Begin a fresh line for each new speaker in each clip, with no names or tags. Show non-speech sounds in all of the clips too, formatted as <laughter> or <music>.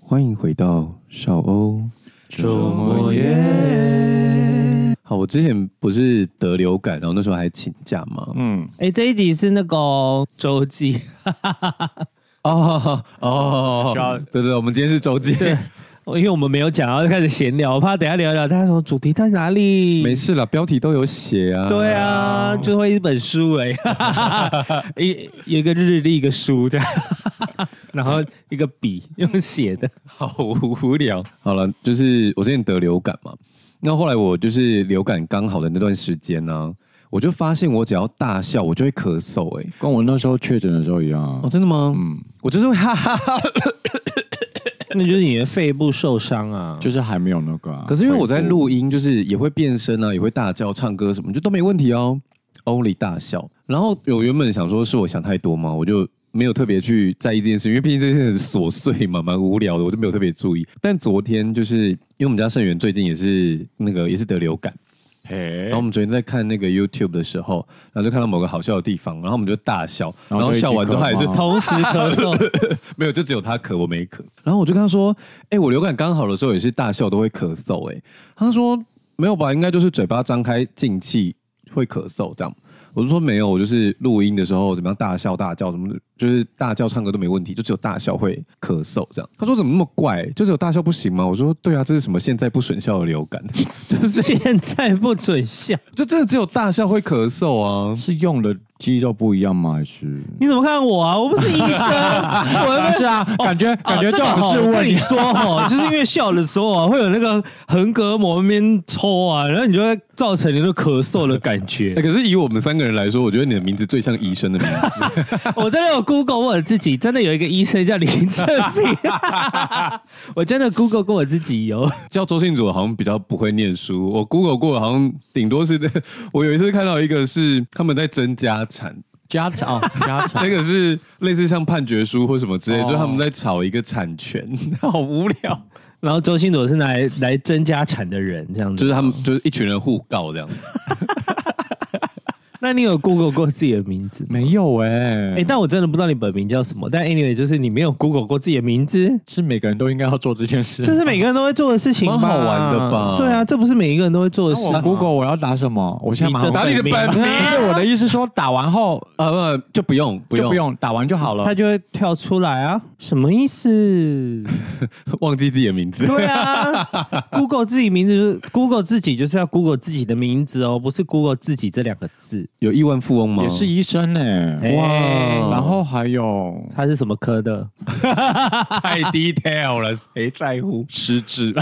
欢迎回到少欧
周末夜。
好，我之前不是得流感，然后那时候还请假嘛。
嗯，
哎、这一集是那个哦周记，
哦哦
需要
对对，我们今天是周记，
哦因为我们没有讲，然后就开始闲聊，我怕等一下聊一聊，大家说主题在哪里？
没事啦，标题都有写啊。
对啊，最后一本书 <laughs> 哎、一一个日历，一个书这样， <laughs> 然后一个笔用写 <laughs> 的，
好无聊。好了，就是我之前得流感嘛，那后来我就是流感刚好的那段时间呢、我就发现我只要大笑，我就会咳嗽、哎，
跟我那时候确诊的时候一样啊
哦，。真的吗？
嗯，
我就是会 <laughs> 哈哈哈哈。
那就是你的肺部受伤啊。
就是还没有那个啊。
可是因为我在
恢复，
录音，就是也会变声啊，也会大叫、唱歌什么，就都没问题哦。欧里大笑，然后我原本想说是我想太多嘛，我就没有特别去在意这件事，因为毕竟这件事很琐碎嘛，蛮无聊的，我就没有特别注意。但昨天就是因为我们家盛元最近也是那个也是得流感，
嘿
然后我们昨天在看那个 YouTube 的时候，然后就看到某个好笑的地方，然后我们就大笑，然
然后
后
就一起
笑完之后
咳哦
还是
吗
同时咳嗽，
<laughs>
<laughs> 没有，就只有他咳，我没咳。然后我就跟他说：“哎、我流感刚好的时候也是大笑都会咳嗽。”哎，他说：“没有吧，应该就是嘴巴张开进气会咳嗽这样。”我就说：“没有，我就是录音的时候怎么样大笑大叫，怎么就是大叫唱歌都没问题，就只有大笑会咳嗽这样。”他说：“怎么那么怪？就只有大笑不行吗？”我说：“对啊，这是什么现在不损效的流感，就是
现在不准笑。
就真的只有大笑会咳嗽啊。”
是用的肌肉不一样吗？还是？
你怎么看我啊？我不 <laughs> 是医生，我又不
是啊，感觉感觉
哦这
这
个
种
吼
是
我
问
跟你说 <laughs> 哦，就是因为笑的时候啊，会有那个横膈膜那边抽啊，然后你就会造成你的咳嗽的感
欸
觉。
可是以我们三个人来说，我觉得你的名字最像医生的名字。
<laughs>
我真的有 Google 我自己，真的有一个医生叫林正平，我真的 Google 过我自己有。
叫周信祖好像比较不会念书，我 Google 过，好像顶多是 <laughs> 我有一次看到一个是他们在争家产，
家常哦家常
<laughs> 那个是类似像判决书或什么之类，
哦
就是他们在吵一个产
<laughs>
权，好无聊。
然后周星朵是拿来来增加产的人这样
就
子。
是他们就是一群人互告这样。
那你有 Google 过自己的名字吗？
没有哎
哎、，但我真的不知道你本名叫什么。但 anyway，就是你没有 Google 过自己的名字，
是每个人都应该要做这件事。
这是每个人都会做的事情吧，
蛮好玩的
哎
吧
对啊，这不是每一个人都会做的
那
事
我
啊。
Google 我要打什么？我现在马上
打你的
本名
本
不是我的意思说打完后
呃，不就不用不
就
用
不用打完就好了
他。就会跳出来啊，什么意思？
<laughs> 忘记自己的名
<laughs>
字。
<laughs> 对啊，Google 自己名字就是 Google 自己就是要 Google 自己的名字哦，不是 Google 自己这两个字。
有亿万富翁吗？
也是医生哎，
哎
哇！然后还有
他是什么科的？
太 detail 了，谁在乎？失 <laughs> 智，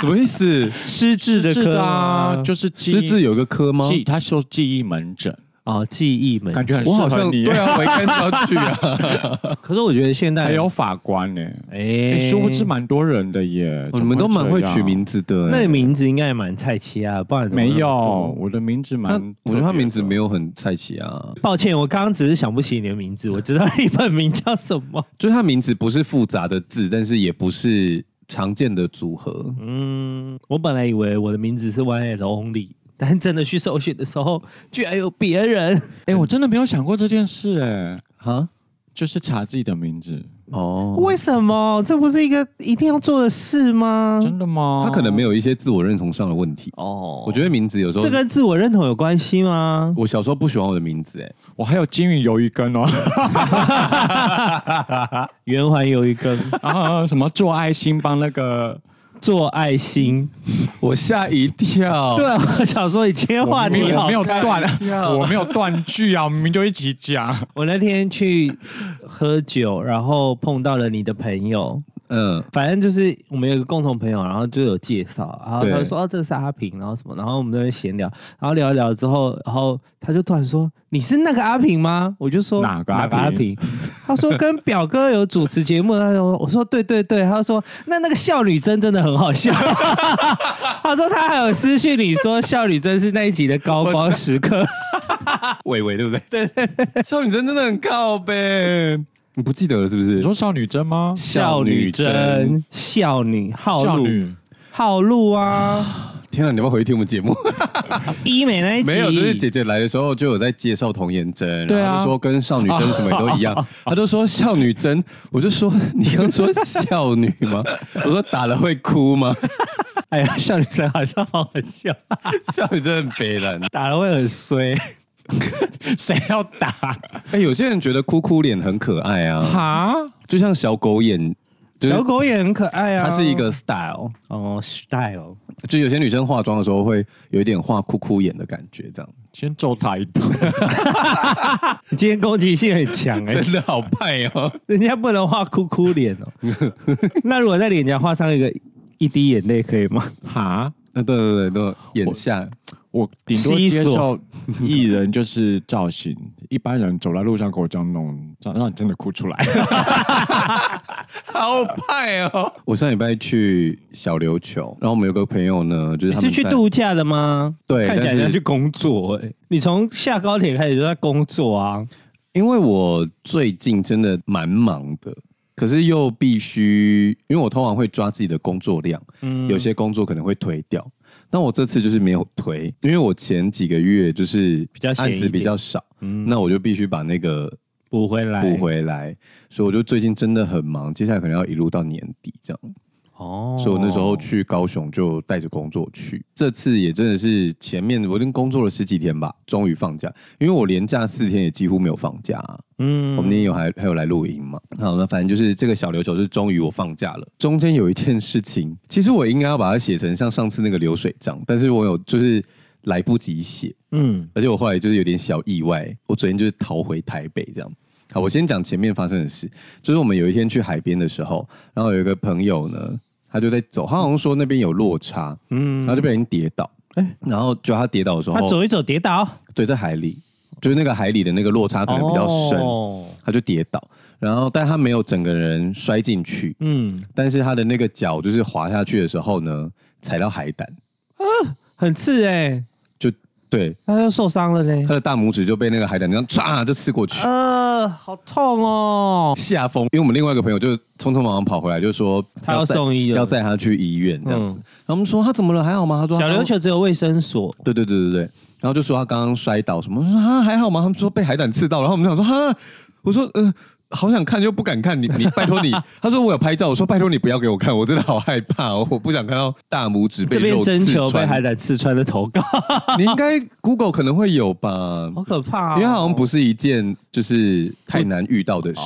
什么意思？
失智的
是
科
的啊，就是记忆
失智有一个科吗？
记，他说记忆门诊，
哦，记忆门
感觉很
我好
适合
像
你
对啊，我应该是要去 <laughs> 啊。
可是我觉得现代
还
人
有法官呢、
哎、
哎、殊不知蛮多人的耶，
哦
怎
你
么
们都蛮会
这样
取名。字的、欸。
那你名字应该也蛮菜气啊，不然怎么那
没
么多
有，。我的名字
他
蛮特别的，
我觉得他名字没有很菜奇啊，
抱歉，我刚刚只是想不起你的名字，我知道你本名叫什么。
就是他名字不是复杂的字，但是也不是常见的组合。
<laughs> 嗯，我本来以为我的名字是 One and Only，但真的去搜寻的时候，居然有别人。
哎、我真的没有想过这件事、哎，
哈，
就是查自己的名字，
哦，
为什么？这不是一个一定要做的事吗？
真的
嗯
吗？
他可能没有一些自我认同上的问题。
哦
我觉得名字有时候，
这跟自我认同有关系吗？
我小时候不喜欢我的名字，哎，
我还有金鱼鱿鱼羹哦， <laughs>
圆环有一根
然后啊什么做爱心帮那个，
做爱心，
我吓一
<laughs>
跳。
对，啊我想说你切话
哦我没
题
有我
好
没。有断
吓一，跳
我没有断句啊，我们明明就一起讲。
我那天去喝酒，然后碰到了你的朋友，
<laughs> 嗯，
反正就是我们有一个共同朋友，然后就有介绍，然后他
对
就说哦，这个是阿平，然后什么，然后我们在那边闲聊，然后聊一聊之后，然后他就突然说你是那个阿平吗？我就说
哪个阿平
平？他说跟表哥有主持节目，他说我说对对对，他说那那个笑女真真的很好笑，他说他还有私讯你说笑女真是那一集的高光时
<laughs>
刻，
伟伟对不对？对少女真真的很靠呗。你不记得了是不
你
是？
说少女针吗？
少女真
真，少女好
少
路
女
好路啊，
天哪，你要不要回去听我们节目？
医美那一集
没有，就是姐姐来的时候就有在介绍童颜针，
对啊
然后就说跟少女针什么都一样，她就说少女针，我就说你刚说少女吗？我说打了会哭吗？
哎呀， <laughs> 少女神好像好好笑， <laughs>
少女针很北人。
打了会很衰。谁要打？
哎、有些人觉得哭哭脸很可爱啊，
哈，
就像小狗眼，就是
小狗也很可爱啊。
它是一个 style，
哦，style，
就有些女生化妆的时候会有一点画哭哭眼的感觉，这样
先揍他一
<laughs>
顿。
你今天攻击性很强 <laughs> 哎、
真的好派哦。
人家不能画哭哭脸 <laughs> 哦。那如果在脸颊画上一个一滴眼泪，可以吗？
哈，
啊，对对对，对，眼下
我顶多
西
接
索
受艺人就是造型，一般人走在路上给我这样弄，让让你真的哭出来。
好派哦！我上礼拜去小琉球，然后我们有个朋友呢，就是
你
他
是
们
去
在
度假的吗？
对
看起来
但是
像去工作哎、你从下高铁开始就在工作啊？
因为我最近真的蛮忙的，可是又必须，因为我通常会抓自己的工作量，
嗯
有些工作可能会推掉。那我这次就是没有推，因为我前几个月就是比
较闲一
案
点
子比较少，
嗯
那我就必须把那个
补回来，
补回来，所以我就最近真的很忙，接下来可能要一路到年底这样。
哦。
所以我那时候去高雄就带着工作去，这次也真的是前面我已经工作了十几天吧，终于放假，因为我连假四天也几乎没有放假、啊
嗯
我们那天有还还有来录音嘛？好，那反正就是这个小琉球是终于我放假了。中间有一件事情，其实我应该要把它写成像上次那个流水账，但是我有就是来不及写，
嗯，
而且我后来就是有点小意外，我昨天就是逃回台北这样。好，我先讲前面发生的事，就是我们有一天去海边的时候，然后有一个朋友呢，他就在走，他好像说那边有落差，嗯，然后就被人跌倒，哎，然后就他跌倒的时候，哦
他走一走跌倒，
对，在海里，就是那个海里的那个落差可能比较深，
哦
他就跌倒，然后但他没有整个人摔进去，
嗯，
但是他的那个脚就是滑下去的时候呢，踩到海胆，
很刺哎、
就对，
他又受伤了嘞
他。的大拇指就被那个海胆这样唰就刺过去。啊
呃，好
<laughs>
痛哦！
下风，因为我们另外一个朋友就匆匆忙忙跑回来，就说
他要
载
送医了
要载他去医院这样子。
嗯
然后我们说他怎么了？还好吗？他说
小
他
琉球只有卫生所，
对对对对对，然后就说他刚刚摔倒什么，我说啊还好吗？他们说被海胆刺到，然后我们想说哈，我说嗯、呃好想看又不敢看，你你拜
<laughs>
托你，他说我有拍照，我说拜托你不要给我看，我真的好害怕哦，我不想看到大拇指被
这边
肉
征
刺
求被
穿
海胆刺穿的投稿，
你应该 Google 可能会有吧，
好可 <laughs> 怕、哦！
因为它好像不是一件就是太难遇到的事，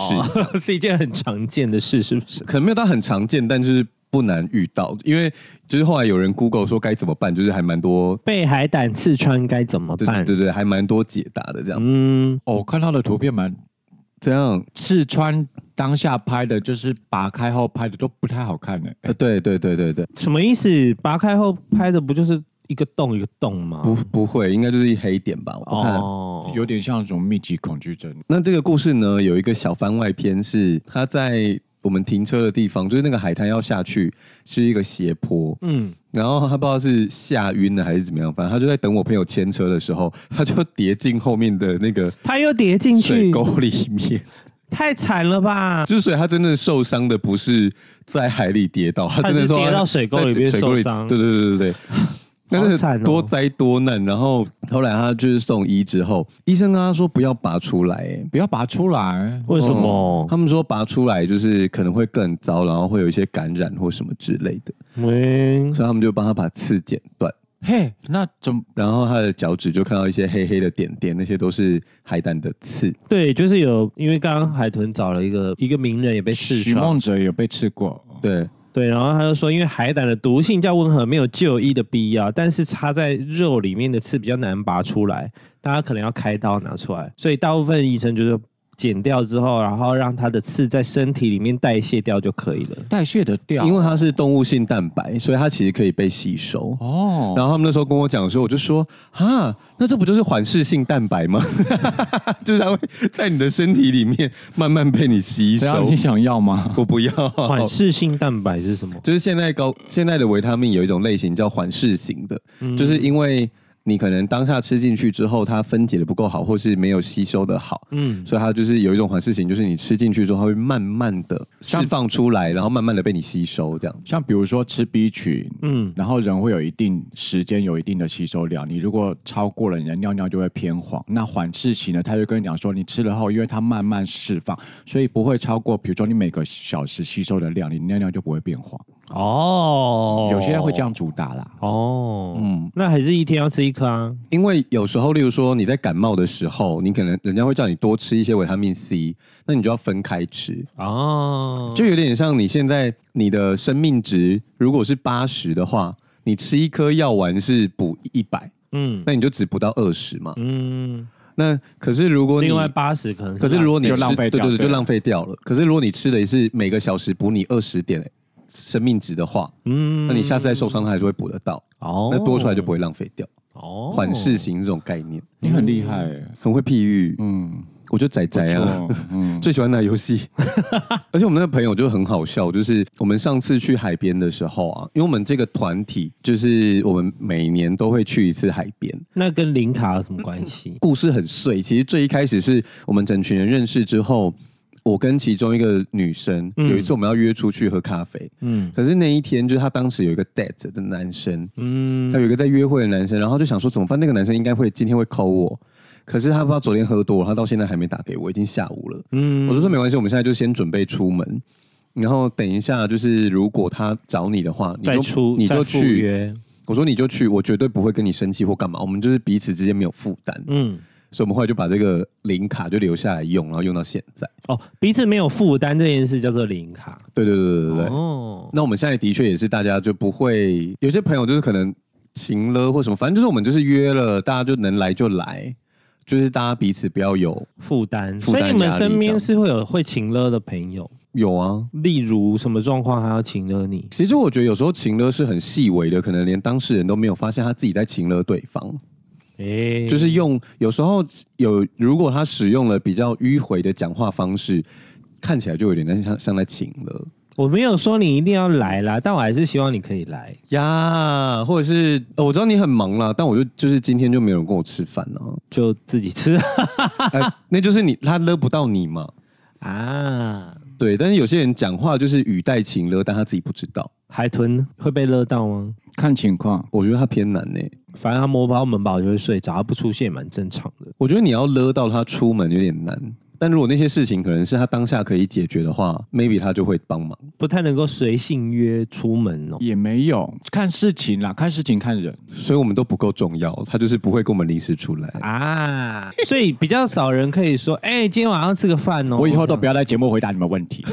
是 <laughs> 是一件很常见的事，是不是？
可能没有到很常见，但就是不难遇到，因为就是后来有人 Google 说该怎么办，就是还蛮多。
被海胆刺穿该怎么
对对
办？
对对，还蛮多解答的这样。
嗯，
哦，我看他的图片蛮
这样，
刺穿，当下拍的就是拔开后拍的都不太好看呢、
呃，对对对对对，
什么意思？拔开后拍的不就是一个洞一个洞吗？
不不会，应该就是一黑点吧。我看、
哦，
有点像什么密集恐惧症。
那这个故事呢，有一个小番外篇是他在我们停车的地方，就是那个海滩要下去是一个斜坡，
嗯，
然后他不知道是吓晕了还是怎么样，反正他就在等我朋友牵车的时候，他就跌进后面的那个
他又跌进
水
去，
沟里面。
太惨了吧！
<laughs> 就是所以他真正受伤的不是在海里跌倒，他
他
真的
是
说
跌到水沟里面
在水沟里
受伤
对对对
<laughs>
对对。但
惨
是
哦
多灾多难，然后后来他就是送医之后，医生跟他说不要拔出来、哎
不要拔出来，
为什么
嗯？他们说拔出来就是可能会更糟，然后会有一些感染或什么之类的，
喂，
所以他们就帮他把刺剪断，
嘿，那怎么
然后他的脚趾就看到一些黑黑的点点，那些都是海胆的刺。
对，就是有，因为刚刚海豚找了一个一个名人也 <laughs> 被刺
许
伤，
梦哲也被刺过？
对，
对，然后他就说，因为海胆的毒性较温和，没有就医的必要，但是插在肉里面的刺比较难拔出来，大家可能要开刀拿出来，所以大部分医生就是剪掉之后，然后让它的刺在身体里面代谢掉就可以了。
代谢的
啊
掉，
因为它是动物性蛋白，所以它其实可以被吸收。
哦，
然后他们那时候跟我讲的时候，我就说啊，那这不就是缓释性蛋白吗？ <laughs> 就是它会在你的身体里面慢慢被你吸
只要
收
啊你。想要吗？ <laughs>
我不要，
啊缓释性蛋白是什么？嗯
就是现在高现在的维他命有一种类型叫缓释型的，就是因为你可能当下吃进去之后，它分解的不够好，或是没有吸收的好，
嗯，
所以它就是有一种缓释型，就是你吃进去之后，它会慢慢的
像
释放出来，然后慢慢的被你吸收，这样。
像比如说吃 B 群，
嗯
嗯，然后人会有一定时间有一定的吸收量，你如果超过了，你的尿尿就会偏黄。那缓释型呢，他就跟你讲说，你吃了后，因为它慢慢释放，所以不会超过，比如说你每个小时吸收的量，你尿尿就不会变黄。
哦，
有些人会这样主打啦。
哦，嗯
嗯，
那还是一天要吃一颗啊，
因为有时候，例如说你在感冒的时候，你可能人家会叫你多吃一些维他命 C，那你就要分开吃，
哦，
就有点像你现在你的生命值如果是八十的话，你吃一颗药丸是补一百，
嗯
那你就只补到二十嘛。
嗯，
那可是如果你
另外八十可能，
可是如果你
就
吃
浪费
对
掉
对对，
对
就浪费掉了。可是如果你吃的是每个小时补你二十点欸生命值的话，
嗯
那你下次再受伤，它还是会补得到，
哦，
那多出来就不会浪费掉。
哦
缓释型这种概念，
你很厉害、欸，
很会譬喻，
嗯，
我就仔
不
仔啊。
错，嗯，
最喜欢打游
<laughs>
戏，而且我们那个朋友就很好笑，就是我们上次去海边的时候啊，因为我们这个团体就是我们每年都会去一次海边，
那跟零卡有什么关系？
故事很碎。其实最一开始是我们整群人认识之后，我跟其中一个女生，
嗯
有一次我们要约出去喝咖啡，
嗯
可是那一天就是她当时有一个 date 的男生，
嗯
她有一个在约会的男生，然后就想说怎么办？那个男生应该会今天会 call 我，可是他不知道昨天喝多了，他到现在还没打给我，已经下午了。
嗯，
我就说没关系，我们现在就先准备出门。然后等一下，就是如果他找你的话，你
再
就
出
你就
再赴
去。
约，
我说你就去，我绝对不会跟你生气或干嘛。我们就是彼此之间没有负担。
嗯。
所以我们后来就把这个零卡就留下来用，然后用到现在。
哦，彼此没有负担这件事叫做零卡。
对对对对对对。
哦，
那我们现在的确也是大家就不会，有些朋友就是可能情了或什么，反正就是我们就是约了，大家就能来就来，就是大家彼此不要有
负担。
负
所
担
以你们
压力
身
这
边
样
是会有会请了的朋友，
有啊。
例如什么状况还要请了你？
其实我觉得有时候情了是很细微的，可能连当事人都没有发现他自己在情了对方，
诶，
就是用有时候有如果他使用了比较迂回的讲话方式，看起来就有点像像在情了。
我没有说你一定要来啦，但我还是希望你可以来。
呀或者是、呃我知道你很忙啦，但我就就是今天就没有人跟我吃饭啊，
就自己吃 <laughs>
呃那就是你他勒不到你嘛，
啊，
对。但是有些人讲话就是语带情勒，但他自己不知道，
海豚会被勒到吗？
看情况，
我觉得他偏难欸呢、
反正他摸包门把我就会睡着，他不出现也蛮正常的。
我觉得你要勒到他出门有点难，但如果那些事情可能是他当下可以解决的话，maybe 他就会帮忙。
不太能够随性约出门哦。
也没有看事情啦，看事情看人。
所以我们都不够重要，他就是不会跟我们临时出来。 <laughs>
啊，所以比较少人可以说， <laughs> 哎、今天晚上吃个饭哦。
我以后都不要在节目回答你们问题。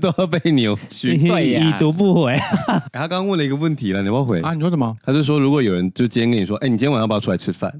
都要被扭
嘿
曲。哎
嘿
对呀
已读不回。
他刚刚问了一个问题了，你要不要回？
啊，你说什么？
他就说，如果有人就今天跟你说，哎、你今天晚上要不要出来吃饭？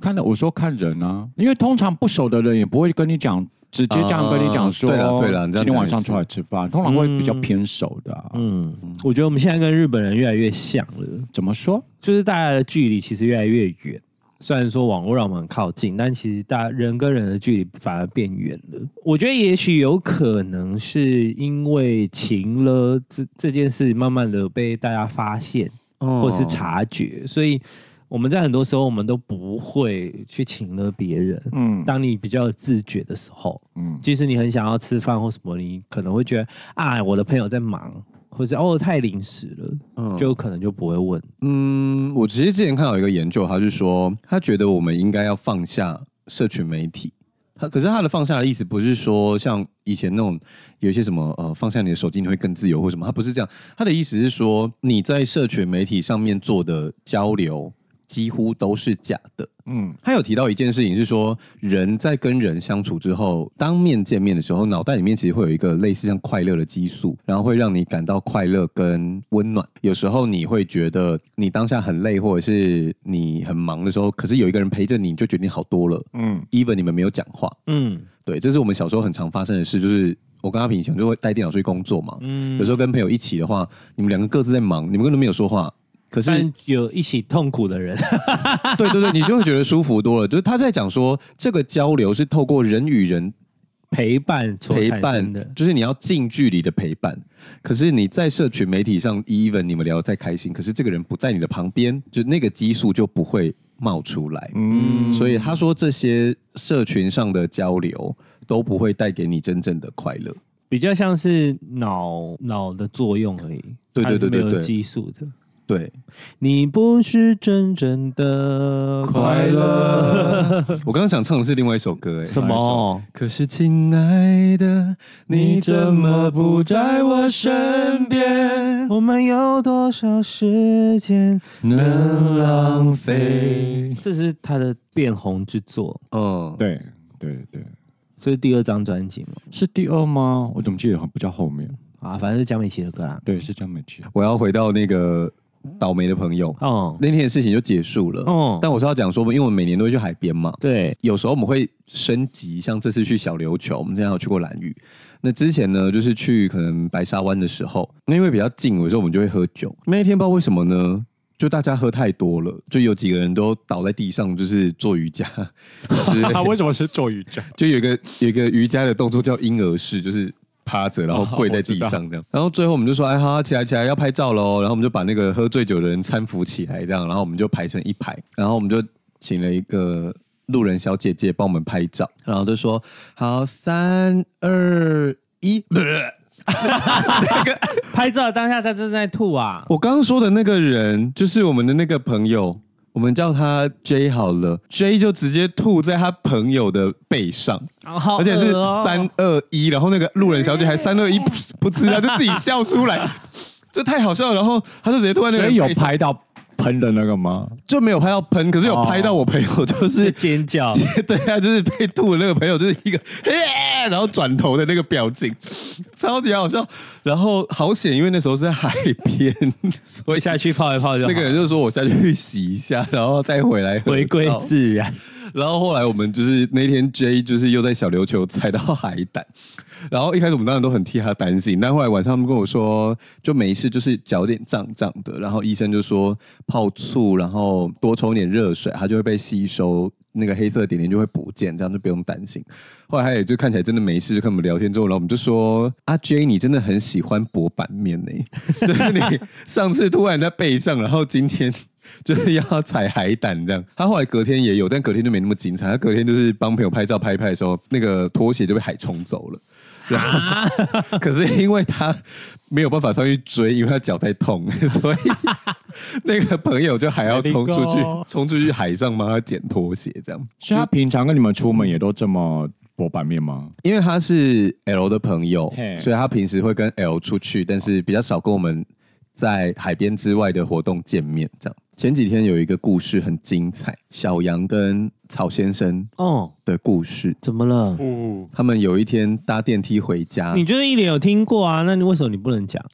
看了，我说看人啊，因为通常不熟的人也不会跟你讲，直接这样跟你讲说，
啊对啦对啦你这样
今天晚上出来吃饭，通常会比较偏熟的啊、
嗯，我觉得我们现在跟日本人越来越像了，
怎么说？
就是大家的距离其实越来越远。虽然说网络让我们很靠近，但其实大家人跟人的距离反而变远了。我觉得也许有可能是因为情了这这件事，慢慢的被大家发现
哦
或是察觉，所以我们在很多时候我们都不会去情了别人。
嗯
当你比较有自觉的时候，
嗯，
即使你很想要吃饭或什么，你可能会觉得啊，我的朋友在忙，或者哦太临时了，
嗯
就可能就不会问。
嗯，我其实之前看到一个研究，他是说他觉得我们应该要放下社群媒体。他可是他的放下的意思不是说像以前那种有一些什么呃放下你的手机你会更自由或什么，他不是这样。他的意思是说你在社群媒体上面做的交流几乎都是假的。
嗯，
他有提到一件事情是说，人在跟人相处之后，当面见面的时候，脑袋里面其实会有一个类似像快乐的激素，然后会让你感到快乐跟温暖。有时候你会觉得你当下很累，或者是你很忙的时候，可是有一个人陪着你，你就觉得你好多了。
嗯
even 你们没有讲话，
嗯
对，这是我们小时候很常发生的事，就是。我跟阿平以前就会带电脑出去工作嘛，
嗯，
有时候跟朋友一起的话，你们两个各自在忙，你们根本没有说话，可是
但有一起痛苦的人， <laughs>
对对对，你就会觉得舒服多了。就是他在讲说，这个交流是透过人与人
陪伴所
陪
产生
伴
的，，
就是你要近距离的陪伴。可是你在社群媒体上，even 你们聊得再开心，可是这个人不在你的旁边，就那个激素就不会冒出来。
嗯
所以他说这些社群上的交流都不会带给你真正的快乐。
比较像是脑脑的作用而已，
对对对对
它是没有
对
激素的。
对，
你不是真正的快乐，
乐。 <laughs> 我刚刚想唱的是另外一首歌、哎，
什么？
可是，亲爱的，你怎么不在我身 <laughs> 边？
我们有多少时间？
能浪费？
这是他的变红之作，
嗯，
对对对，
这是第二张专辑嘛？
是第二吗？我怎么记得比较后面？
啊，反正是江美琪的歌啦。
对，是张美琪。
我要回到那个倒霉的朋友
哦，
那天的事情就结束了。
哦，
但我是要讲说，因为我们每年都会去海边嘛，
对，
有时候我们会升级，像这次去小琉球，我们之前有去过兰屿。那之前呢，就是去可能白沙湾的时候，那因为比较近，有时候我们就会喝酒。那一天不知道为什么呢，就大家喝太多了，就有几个人都倒在地上，就是做瑜伽， <laughs> 就是
<laughs> 为什么是做瑜伽？
就有一个有一个瑜伽的动作叫婴儿式，就是趴着然后跪在地上这样。然后最后我们就说，哎，好，起来起来，要拍照喽。然后我们就把那个喝醉酒的人搀扶起来，这样，然后我们就排成一排，然后我们就请了一个。路人小姐姐帮我们拍照，然后就说：“好，三二一。不是
拍照当下他正在吐啊”，
我刚刚说的那个人就是我们的那个朋友，我们叫他 J 好了。J 就直接吐在他朋友的背上，
好
<laughs>
恶哦
而且是三二一，然后那个路人小姐还三二一，噗噗呲，她就自己笑出来， <laughs> 这太好笑了。然后她就直接突然那
<laughs> 所
个
以有
背上
拍到喷的那个吗？
就没有拍到喷，可是
哦
有拍到我朋友就是 <laughs> 是。
尖叫，
对啊，就是被吐的那个朋友，就是一个， <laughs> 欸、然后转头的那个表情，超级好笑。然后好险，因为那时候是在海边，所以
下去泡一泡就好
那个人就说我下去洗一下，然后再回来合
回归
照
自
<laughs>
然。
然后后来我们就是那天 J 就是又在小琉球踩到海胆，然后一开始我们当然都很替他担心，但后来晚上他们跟我说就没事，就是脚有点胀胀的，然后医生就说泡醋，然后多冲点热水，它就会被吸收。那个黑色的点点就会不见，这样就不用担心。后来他也就看起来真的没事，就跟我们聊天之后，然后我们就说：“阿 J，你真的很喜欢薄板面呢、 <laughs> 就是你上次突然在背上，然后今天就是要踩海胆这样。他后来隔天也有，但隔天就没那么精彩。他隔天就是帮朋友拍照拍一拍的时候，那个拖鞋就被海冲走了。然后，可是因为他没有办法上去追，因为他脚在痛， <laughs> 所以那个朋友就还要
Let it
冲出去
go，
冲出去海上帮他捡拖鞋这样。
所以他平常跟你们出门也都这么薄板面吗？
因为他是 L 的朋友
嘿，
所以他平时会跟 L 出去，但是比较少跟我们在海边之外的活动见面。这样，前几天有一个故事很精彩，小杨跟曹先生
哦，
的故事。
怎么了？
哦，
他们有一天搭电梯回家，
<laughs> 你就是一脸有听过啊，那你为什么你不
<laughs>
能讲？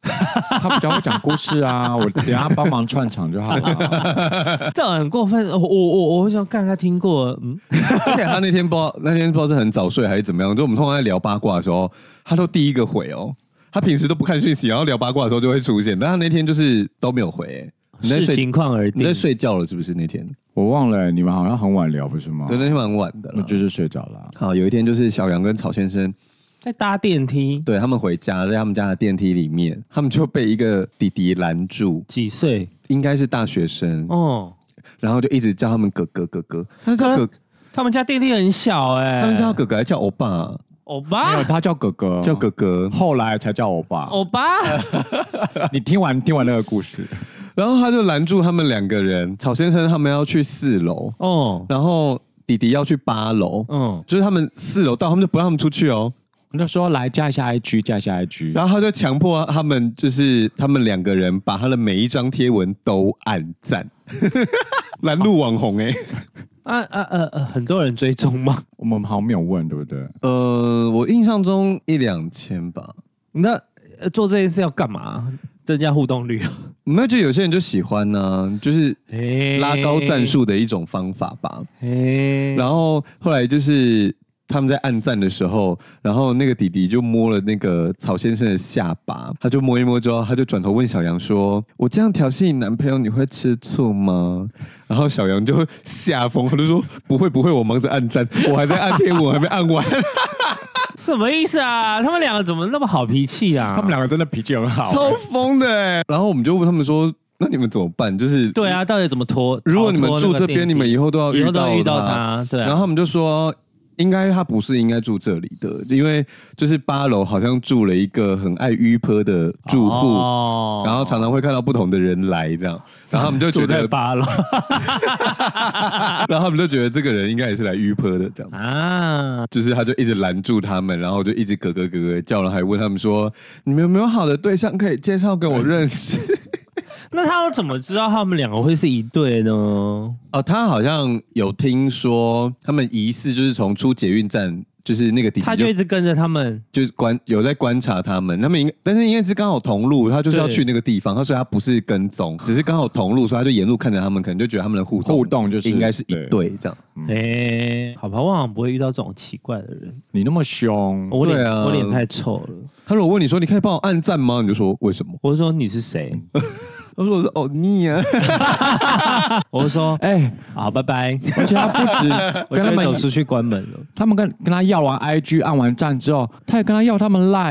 他比较会讲故事啊，我等一下帮忙串场就好了。
这很过分，我我我我想干他听过，嗯，
而且他那天不知道那天不知道是很早睡还是怎么样，就我们通常在聊八卦的时候，他都第一个回哦。他平时都不看讯息，然后聊八卦的时候就会出现，但他那天就是都没有回、欸你在
视
睡
情哦况而定。
你在睡觉了是不是？那天
我忘了、你们好像很晚聊不是吗？
对，那天蛮晚的
那
了。
就是睡着了。
好，有一天就是小杨跟曹先生，
在搭电梯，
对他们回家，在他们家的电梯里面，他们就被一个弟弟拦住，
几岁？
应该是大学生，
哦，
然后就一直叫他们哥哥哥哥，他叫哥，
他们家电梯很小哎、
他们叫哥哥还叫欧巴啊、
欧
没有，
巴，
他叫哥哥，
叫哥，哦哥。
后来才叫我爸。
欧 <laughs> 巴，
你听完听完那个故事，
然后他就拦住他们两个人，曹先生他们要去四楼，
哦，
然后弟弟要去八楼，
嗯，
就是他们四楼到，他们就不让他们出去哦。
我就说来加一下 IG，加一下 IG。
然后他就强迫他们，就是他们两个人把他的每一张贴文都按赞，拦路网红哎、
啊啊呃呃，很多人追踪吗？ <laughs>
我们好像没有问，对不对？
呃，我印象中一两千吧。
那、呃做这件事要干嘛？增加互动率，
没有，就有些人就喜欢呢、就是
哎
拉高战，术的一种方法吧。
哎，
然后后来就是他们在暗战的时候，然后那个弟弟就摸了那个曹先生的下巴，他就摸一摸之后，他就转头问小杨说：“我这样调戏你男朋友，你会吃醋吗？” <laughs> 然后小杨就吓疯，他就说：“不会不会，我忙着暗战，我还在按贴文，我还没按完。 <laughs>
什么意思啊？他们两个怎么那么好脾气啊？
他们两个真的脾气很好、哎
超疯的、欸。然后我们就问他们说，那你们怎么办？就是
对，啊，到底怎么拖？
如果你们
逃脱
住
那个
这边，
电梯
你们以后都要
以后都要遇到
他。
他，对
然
啊，
后他们就说，应该他不是应该住这里的，因为就是八楼好像住了一个很爱迂坡的住户，
哦
然后常常会看到不同的人来这
<laughs>
样，然后他们就觉
住在
得，
八楼
<laughs> 然后他们就觉得这个人应该也是来迂坡的这样。
啊，
就是他就一直拦住他们，然后就一直咯咯咯咯叫，然后还问他们说：“你们有没有好的对象可以介绍给我认识
嗯那他要怎么知道他们两个会是一对呢？？”
<laughs> 哦，他好像有听说他们疑似就是从出捷运站，就是那个弟弟
他就一直跟着他们，
就是观有在观察他们，他们应但是应该是刚好同路，他就是要
对
去那个地方，他所以他不是跟踪，只是刚好同路，所以他就沿路看着他们，可能就觉得他们的互动
互动就是
应该是一
对
对这样。
哎、好吧，我好像不会遇到这种奇怪的人，
你那么凶，
我脸、
对啊
我脸太臭了，
他如果问你说你可以帮我按赞吗？你就说为什么？
我就说你是 <laughs> 谁？
他说我是欧尼啊，
我就说
哎、
好，拜拜，
而且他不止
<laughs> 我
跟他
就会
们
走出去关门了。
他们跟跟他要完 IG 按完赞之后，他也跟他要他们赖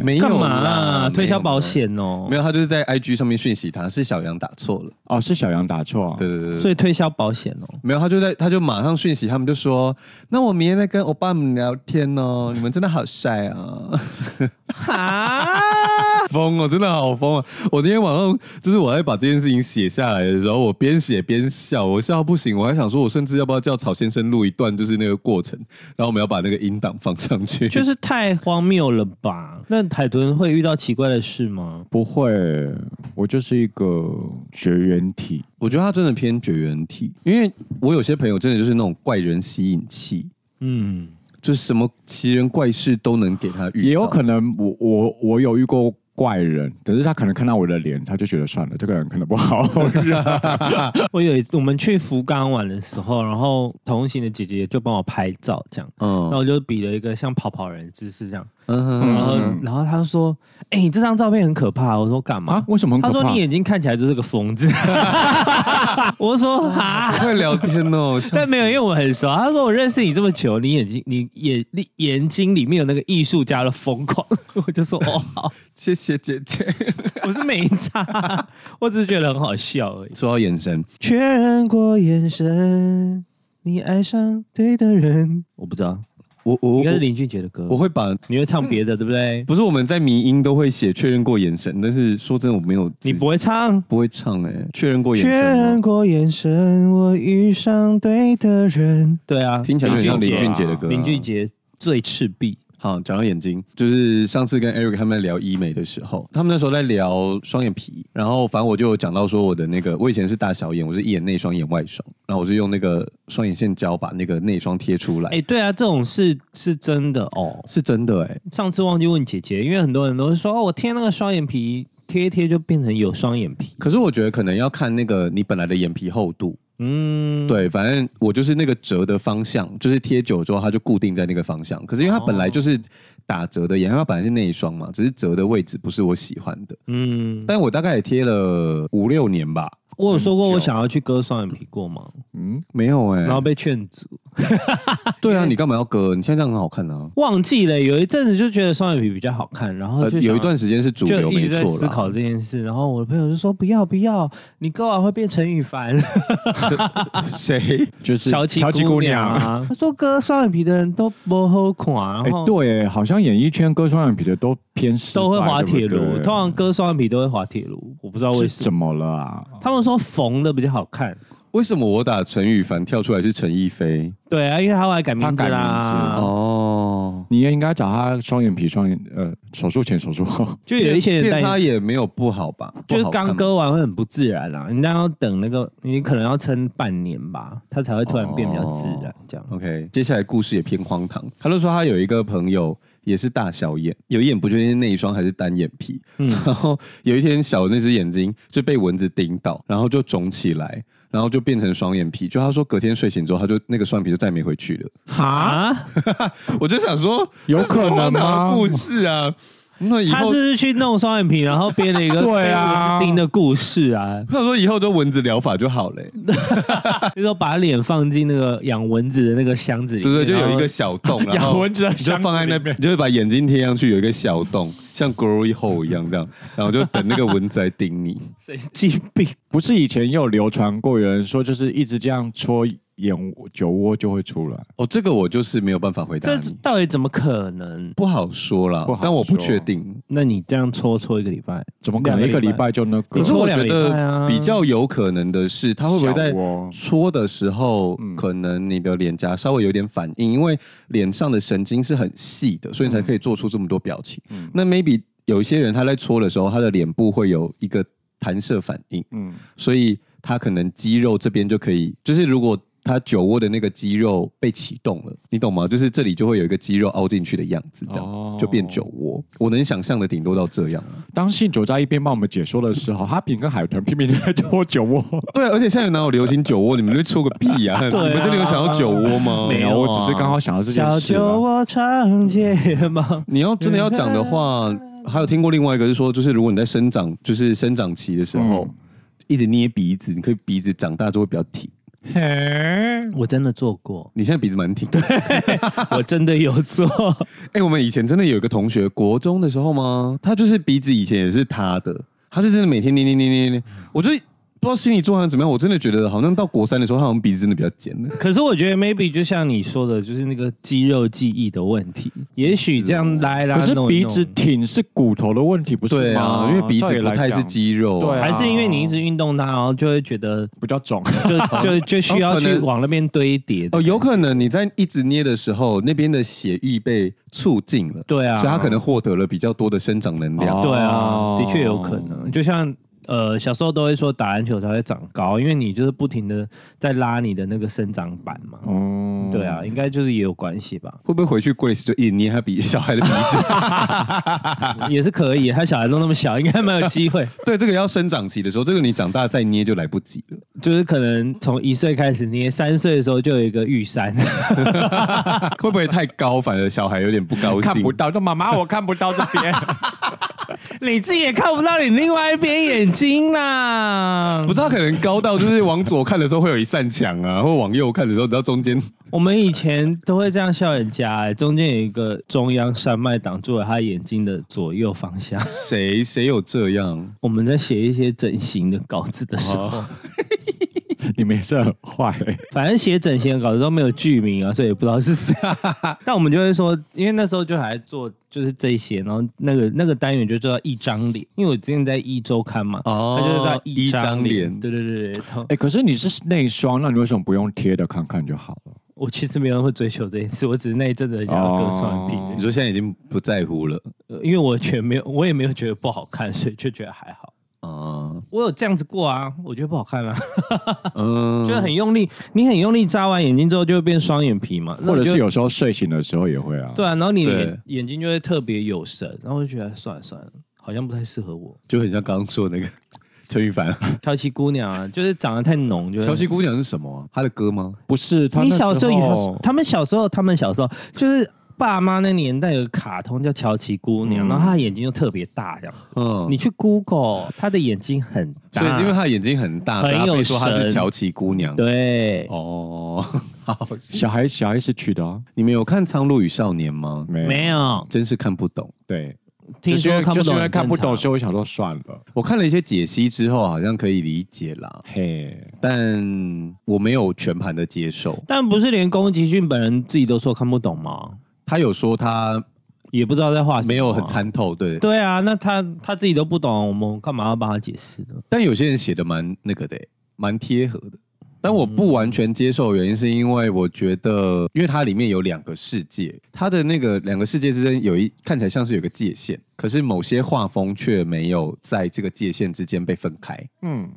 <laughs> 没有
干
啦
嘛啊？ <laughs> 推销保、险
没有
哦、
啦没有，他就是在 IG 上面讯息他，是小杨打错了。
哦是小杨打错，
对对对对
所以推销保险哦、 <laughs>
没有，他就在，他就马上讯息，他们就说：“那我明天再跟欧巴们聊天哦，你们真的好帅啊！”
啊！
疯哦，真的好疯啊！我今天晚上就是我在把这件事情写下来的时候，我边写边笑，我笑到不行，我还想说，我甚至要不要叫曹先生录一段，就是那个过程，然后我们要把那个音档放上 <laughs> 去。
就是太荒谬了吧？那海豚会遇到奇怪的事吗？
不会，我就是一个绝缘体。
我觉得他真的偏绝缘体，因为我有些朋友真的就是那种怪人吸引器，
嗯，
就是什么奇人怪事都能给他遇到。
也有可能我我我有遇过怪人，可是他可能看到我的脸，他就觉得算了，这个人可能不好惹。
我有一我们去福冈玩的时候，然后同行的姐姐就帮我拍照，这样，
嗯，
然后我就比了一个像跑跑人的姿势这样，
嗯哼
然后
嗯
然后她就说：“哎、你这张照片很可怕。”我说：“干
<laughs> 啊
嘛？”？
为什么很
她
可怕？
说：“你眼睛看起来就是个疯 <laughs> 子。”我就 <laughs> 说：“啊。”
会聊天哦，笑
但没有，因为我很熟。啊她说：“我认识你这么久，你眼睛，你眼，你眼睛里面有那个艺术家的疯狂。” <laughs> 我就说：“哦，好。” <laughs>
谢谢姐 <laughs> 姐。
我是没差，我只是觉得很好笑而已。
说到眼神，
确认过眼神，你爱上对的人。我不知道，
我我
应
我
该是林俊杰的歌。
我会把
你会唱别的，对不对？
不是我们在迷音都会写确认过眼神，但是说真的我没有自，
你不会唱。
不会唱哎、确认过眼
确
神
认
吗？
过眼神，我遇上对的人。对啊，
听起来就很像林俊杰的歌啊
林俊杰最赤壁。
好，讲到眼睛，就是上次跟 Eric 他们在聊医美的时候，他们那时候在聊双眼皮，然后反正我就有讲到说我的那个，我以前是大小眼，我是一眼内双，一眼外双，然后我是用那个双眼线胶把那个内双贴出来，
哎，对啊，这种事是真的哦。
是真的哎、
上次忘记问姐姐，因为很多人都会说哦，我贴那个双眼皮，贴一贴就变成有双眼皮。
可是我觉得可能要看那个你本来的眼皮厚度，
嗯，
对，反正我就是那个折的方向，就是贴久之后它就固定在那个方向。可是因为它本来就是打折的眼，因为它本来是内双嘛，只是折的位置不是我喜欢的。
嗯，
但我大概也贴了五六年吧，
我有说过
很久
我想要去割双眼皮过吗？
嗯，
没有哎、
然后被劝阻，
对啊，你干嘛要割？你现在这样很好看啊。
忘记了。有一阵子就觉得双眼皮比较好看，然后
呃
就、
有一。段时间是主
就
流，
一
没
直在
错
思考
啦。
这件事，然后我的朋友就说：“不要不要，你割完会变成羽凡，
<laughs> 谁？
就是
琪
琪
姑
姑娘。
啊。”他说割双眼皮的人都不好看，啊
哎
然，后
对耶，好像演艺圈割双眼皮的都偏失败
都会滑铁
对不
卢。
对
通常割双眼皮都会滑铁卢，我不知道为
是
什么。
怎么了啊？
他们说缝的比较好看，
为什么我打陈羽凡跳出来是陈逸飞？
对啊，因为他后来改名字
他改名字
啦。
啊哦，
你也应该找他双眼皮双眼呃手术前手术后， <laughs>
就有一些人
变
戴
他也没有不好吧？
就是
不好看
刚
吗
割完会很不自然啊，你那要等那个，你可能要撑半年吧，它才会突然变比较自然这样。
OK，接下来故事也偏荒唐。他就说他有一个朋友也是大小眼，有一眼不确定是内双还是单眼皮。
嗯
<laughs> 然后有一天小的那只眼睛就被蚊子叮到，然后就肿起来，然后就变成双眼皮。就他说隔天睡醒之后，他就那个双眼皮就再也没回去了。
哈，
我就想说，
有可能
这是荒
吗
唐的故事啊，那以
他
后
是不是去弄双眼皮，然后编了一个
对啊
被蚊子叮的故事啊， <laughs>
他说以后就蚊子疗法就好了，
就说把脸放进那个养蚊子的那个箱子里
对
面，
对，就有一
然后
个小
<laughs>
洞，然后
养蚊子的
你就
箱子
放在那
里面
边，你就会把眼睛贴上去，有一个小洞，像 glory hole 一样这样，然后就等那个蚊子来叮你。
神经病，
不是以前也有流传过，有人说就是一直这样戳眼窝酒窝就会出来，
哦，这个我就是没有办法回答
这
你，
到底怎么可能？
不好说啦
不好，
但我不
说
确定。
那你这样搓搓一个礼拜，
怎么可能一
两
个
个礼
礼
拜
拜就那个？
可
可
是
是
我
我
觉
觉
得
得
比
比
较
较有可能的是，它会不会在
小窝
搓的时候
嗯，
可能你的脸颊稍微有点反应，因为脸上的神经是很细的，所以你才可以做出这么多表情。
嗯
那 maybe 有一些人他在搓的时候，他的脸部会有一个弹射反应，
嗯，
所以他可能肌肉这边就可以，就是如果他酒窝的那个肌肉被启动了，你懂吗？就是这里就会有一个肌肉凹进去的样子，这样、
哦
就变酒窝。我能想象的顶多到这
<laughs>
样。
当信九在一边帮我们解说的时候，哈平跟海豚拼命地在戳酒哦窝。
对，而且现在哪有流行酒窝？你们就戳个屁呀、
对啊
你们真的有想要酒窝吗？
没有啊
我只是刚好想到这件
小
事啊啦。
酒窝长睫毛，
你要真的要讲的
<laughs>
话，还有听过另外一个是说，就是如果你在生长，就是生长期的时候，
嗯
一直捏鼻子，你可以鼻子长大就会比较挺。
嘿
我真的做 <laughs> 过，
你现在鼻子蛮挺的。
我真的有做，
哎、我们以前真的有一个同学，国中的时候吗？他就是鼻子以前也是塌的，他就真的每天捏捏捏捏捏，我就不知道心理状态怎么样。我真的觉得好像到国三的时候，他好像鼻子真的比较尖了。
<laughs> 可是我觉得 maybe 就像你说的，就是那个肌肉记忆的问题，也许这样拉一拉，
可是
弄一
鼻
弄
子挺是骨头的问题，不是
对
吗？
啊，因为鼻子不太
照理来
是
讲
肌肉、
对啊
还是因为你一直运动它，然后就会觉得
比较肿。
就就就需要去往那边堆叠。
哦，有可能你在一直捏的时候，那边的血液被促进了，
对啊
所以他可能获得了比较多的生长能量。
哦
对啊，的确有可能。就像呃，小时候都会说打篮球才会长高，因为你就是不停的在拉你的那个生长板嘛。
哦
对，啊，应该就是也有关系吧， <laughs>
会不会回去 Grace 就一直捏他鼻小孩的
<laughs>
鼻子？
也是可以。他啊小孩都那么小，应该蛮有机 <laughs> 会。
对，这个要生长期的时候，这个你长大再捏就来不及了。 <laughs>
就是可能从一岁开始捏，三岁的时候就有一个玉山，
会不会太高，反而小孩有点不高兴？
看不到，就妈妈我看不到这 <laughs> 边。
<laughs> 你自己也看不到你另外一边眼睛啦。
不知道可能高到就是往左看的时候会有一扇墙啊，或往右看的时候，只要中间
我们以前都会这样笑人家、欸，中间有一个中央山脉挡住了他眼睛的左右方向。
谁谁有这样，
我们在写一些整形的稿子的时候，
哦
你们也是很坏欸、
<laughs> 反正写整形的稿子都没有剧名啊，所以也不知道
<laughs>
是谁。但我们就会说，因为那时候就还做就是这些，然后那个那个单元就叫一张脸，因为我之前在一周刊嘛，
哦
它就是叫
一
张
张脸
对对对对，它
哎、可是你是内双，那你为什么不用贴的看看就好了？
我其实没有人会追求这件事，我只是那一阵子想要割双眼皮而
你
已，
说现在已经不在乎了
呃因为我觉得没有，我也没有觉得不好看，所以就觉得还好。
啊？
我有这样子过啊，我觉得不好看啊，
嗯，
就是很用力，你很用力扎完眼睛之后就会变双眼皮嘛，那
或者
你就是
有时候睡醒的时候也会啊。
对啊，然后你的
对
眼眼睛就会特别有神，然后我就觉得算了算了，好像不太适合我。
就很像刚刚说的那个 <laughs> 陈羽凡。
乔琪姑娘啊，就是长得太浓，就
乔西。姑娘是什么、啊？她的歌吗？
不是他
你
那
小时候有
候，
他们小时候，他们小时候就是爸妈那年代有个卡通叫乔琪姑娘，
嗯
然后她的眼睛就特别大，这样。
嗯，
你去 Google，她的眼睛很大，
所以是因为她的眼睛很大，
很
所以她
有
被说她
神
是乔琪姑娘。，
对，
哦，好，
小孩小孩是取的、啊，
你们有看《苍鹭与少年》吗？
没有
没有
真是看不懂。
对，
听
就是因
说
为
看不
就是
懂
因为
很正常，
看不懂，所以我想说算了。
我看了一些解析之后，好像可以理解啦，
嘿，
但我没有全盘的接受。
但不是连宫崎骏本人自己都说看不懂吗？
他有说他
也不知道在画什么啊，
没有很参透，对，
对啊，那他他自己都不懂，我们干嘛要帮他解释呢？
但有些人写的蛮那个的欸，蛮贴合的。但我不完全接受，原因是因为我觉得，因为它里面有两个世界，它的那个两个世界之间有一看起来像是有个界限，可是某些画风却没有在这个界限之间被分开。
嗯，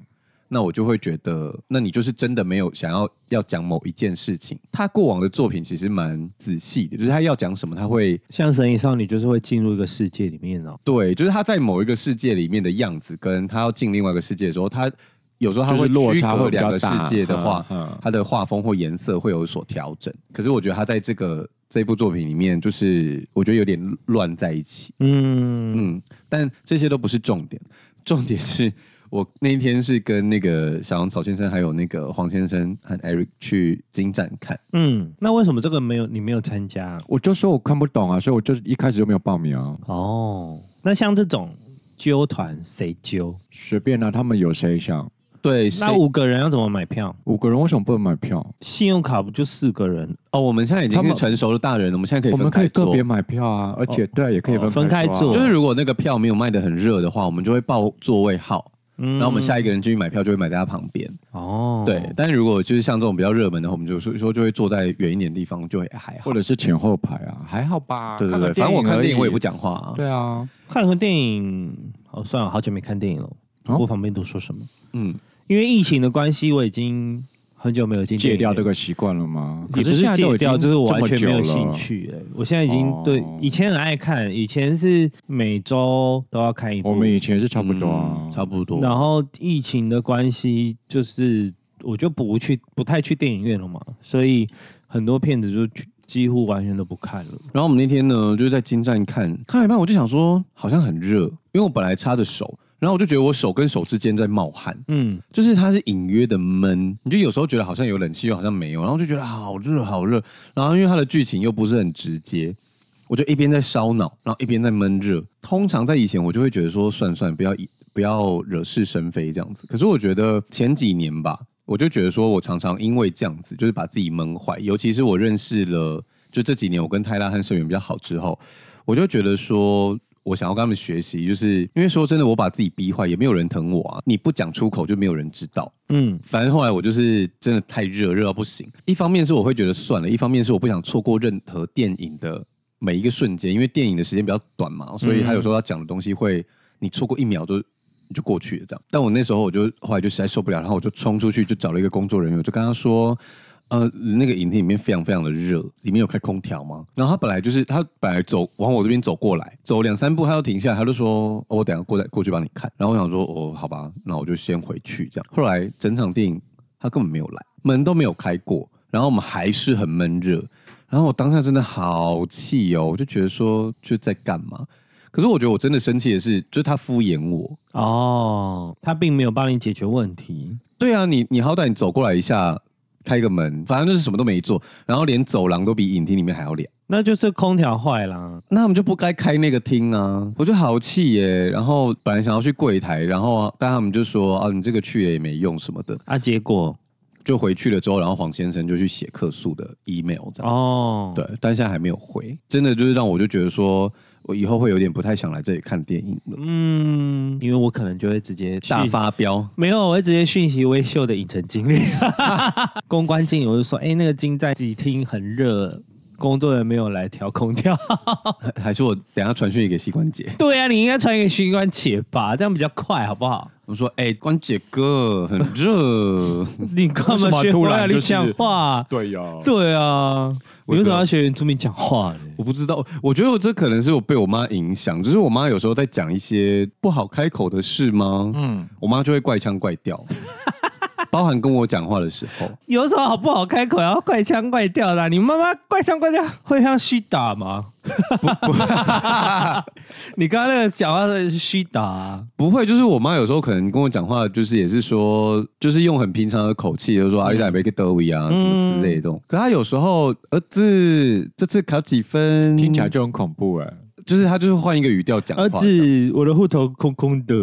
那我就会觉得，那你就是真的没有想要要讲某一件事情。他过往的作品其实蛮仔细的，就是他要讲什么，他会
像神隐少女就是会进入一个世界里面哦，
对，就是他在某一个世界里面的样子，跟他要进另外一个世界的时候，他有时候他
就是
会
落
区
差
隔
会比较
两个世
大
界的话
嗯嗯，
他的画风或颜色会有所调整。可是我觉得他在这个这部作品里面，就是我觉得有点乱在一起。
嗯，
嗯，但这些都不是重点，重点是我那一天是跟那个小杨草先生还有那个黄先生和 Eric 去金展看，
嗯，那为什么这个没有你没有参加？啊
我就说我看不懂啊，所以我就一开始就没有报名啊，
哦，那像这种揪团谁揪？
随便啊，他们有谁想
对，谁
那五个人要怎么买票？
五个人为什么不能买票？
信用卡不就四个人？
哦，我们现在已经
他
是
们
成熟的大人了，我们现在可以
我
分
们可
开
以个
做
别。买票啊，而且对啊，也可以
哦
分
分开
啊
坐
就是如果那个票没有卖的很热的话，我们就会报座位号，
嗯，
然后我们下一个人进去买票就会买在他旁边。
哦，
对，但如果就是像这种比较热门的，我们就说说就会坐在远一点的地方，就会哎还好
或。者是前后排啊，还好吧。
对对
个
对，反正我看电影我也
而
不
已。
讲话啊。
对啊，
看个电影，哦，算了，好久没看电影了，
哦
不方便多说什么。
嗯，
因为疫情的关系，我已经很久没有进
戒掉这
个，
个习惯了吗？可
也不是
现在都
戒
已经
掉，就是我
这么
完全没有
久了
兴。趣了。我现在已经
哦
对以前很爱看，以前是每周都要看一部，
我们以前是差不多啊
嗯，差不多。
然后疫情的关系，就是我就不去不太去电影院了嘛，所以很多片子就去几乎完全都不看了。
然后我们那天呢，就是在金站看，看了一半，我就想说好像很热，因为我本来插着手，然后我就觉得我手跟手之间在冒汗，
嗯，
就是它是隐约的闷，你就有时候觉得好像有冷气，又好像没有，然后就觉得啊好热好热。然后因为它的剧情又不是很直接，我就一边在烧脑，然后一边在闷热。通常在以前，我就会觉得说算算，不要以不要惹是生非这样子。可是我觉得前几年吧，我就觉得说我常常因为这样子，就是把自己闷坏。尤其是我认识了，就这几年我跟泰拉和社员比较好之后，我就觉得说。我想要跟他们学习，就是因为说真的，我把自己逼坏，也没有人疼我啊。你不讲出口，就没有人知道。
嗯，
反正后来我就是真的太热，热到不行。一方面是我会觉得算了，一方面是我不想错过任何电影的每一个瞬间，因为电影的时间比较短嘛，所以他有时候要讲的东西会，你错过一秒都你就过去了这样。但我那时候我就后来就实在受不了，然后我就冲出去就找了一个工作人员，我就跟他说。呃，那个影厅里面非常非常的热，里面有开空调吗？然后他本来就是他本来走往我这边走过来，走两三步他就停下来，他就说：“哦、我等一下过来过去帮你看。”然后我想说：“哦，好吧，那我就先回去。”这样，后来整场电影他根本没有来，门都没有开过，然后我们还是很闷热。然后我当下真的好气哦，我就觉得说就在干嘛？可是我觉得我真的生气的是，就是他敷衍我。
哦，他并没有帮你解决问题。
对啊，你你好歹你走过来一下，开个门，反正就是什么都没做，然后连走廊都比影厅里面还要亮。
那就是空调坏啦。
那他们就不该开那个厅啊！我就好气耶。然后本来想要去柜台，然后但他们就说啊，你这个去了也没用什么的，
啊，结果
就回去了之后，然后黄先生就去写客诉的 email 这样子。
哦，
对，但现在还没有回，真的就是让我就觉得说，我以后会有点不太想来这里看电影了，
嗯，因为我可能就会直接
大
发。
发飙。
没有，我会直接讯息微秀的影城经理、 <laughs> 公关经理，我就说，哎、那个金在几厅很热，工作人员没有来调空调。 <laughs>
还还是我等一下传讯息给膝关节，
对啊，你应该传给徐关姐吧，这样比较快，好不 <laughs> 好？
我说：“哎、关姐哥，很热。
你干
为什
嘛
么
学
突
黄
然
雅莉
就是
讲话？
<laughs> 对呀，
对啊，你为什么要学原住民讲话呢？”
我不知道，我觉得我这可能是我被我妈影响，就是我妈有时候在讲一些不好开口的事吗？
嗯，
我妈就会怪腔怪调， <laughs> 包含跟我讲话的时候。
有什么好不好开口，然后怪腔怪调的啊、你妈妈怪腔怪调会像虚打吗？ <laughs> 你刚刚那个讲话是虚打、啊。
不会，就是我妈有时候可能跟我讲话，就是也是说，就是用很平常的口气，就是说阿里达贝克德维啊什
嗯
么之类的这种。可她有时候儿子这次考几分，
听起来就很恐怖哎。
就是她就是换一个语调讲话。
儿子，我的户头空空的，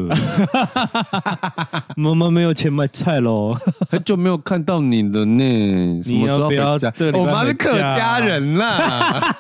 妈妈没有钱买菜喽。
很久没有看到你了呢，什么时候
你要不要
回家
这礼拜
我妈是
回家啊
客家人啦，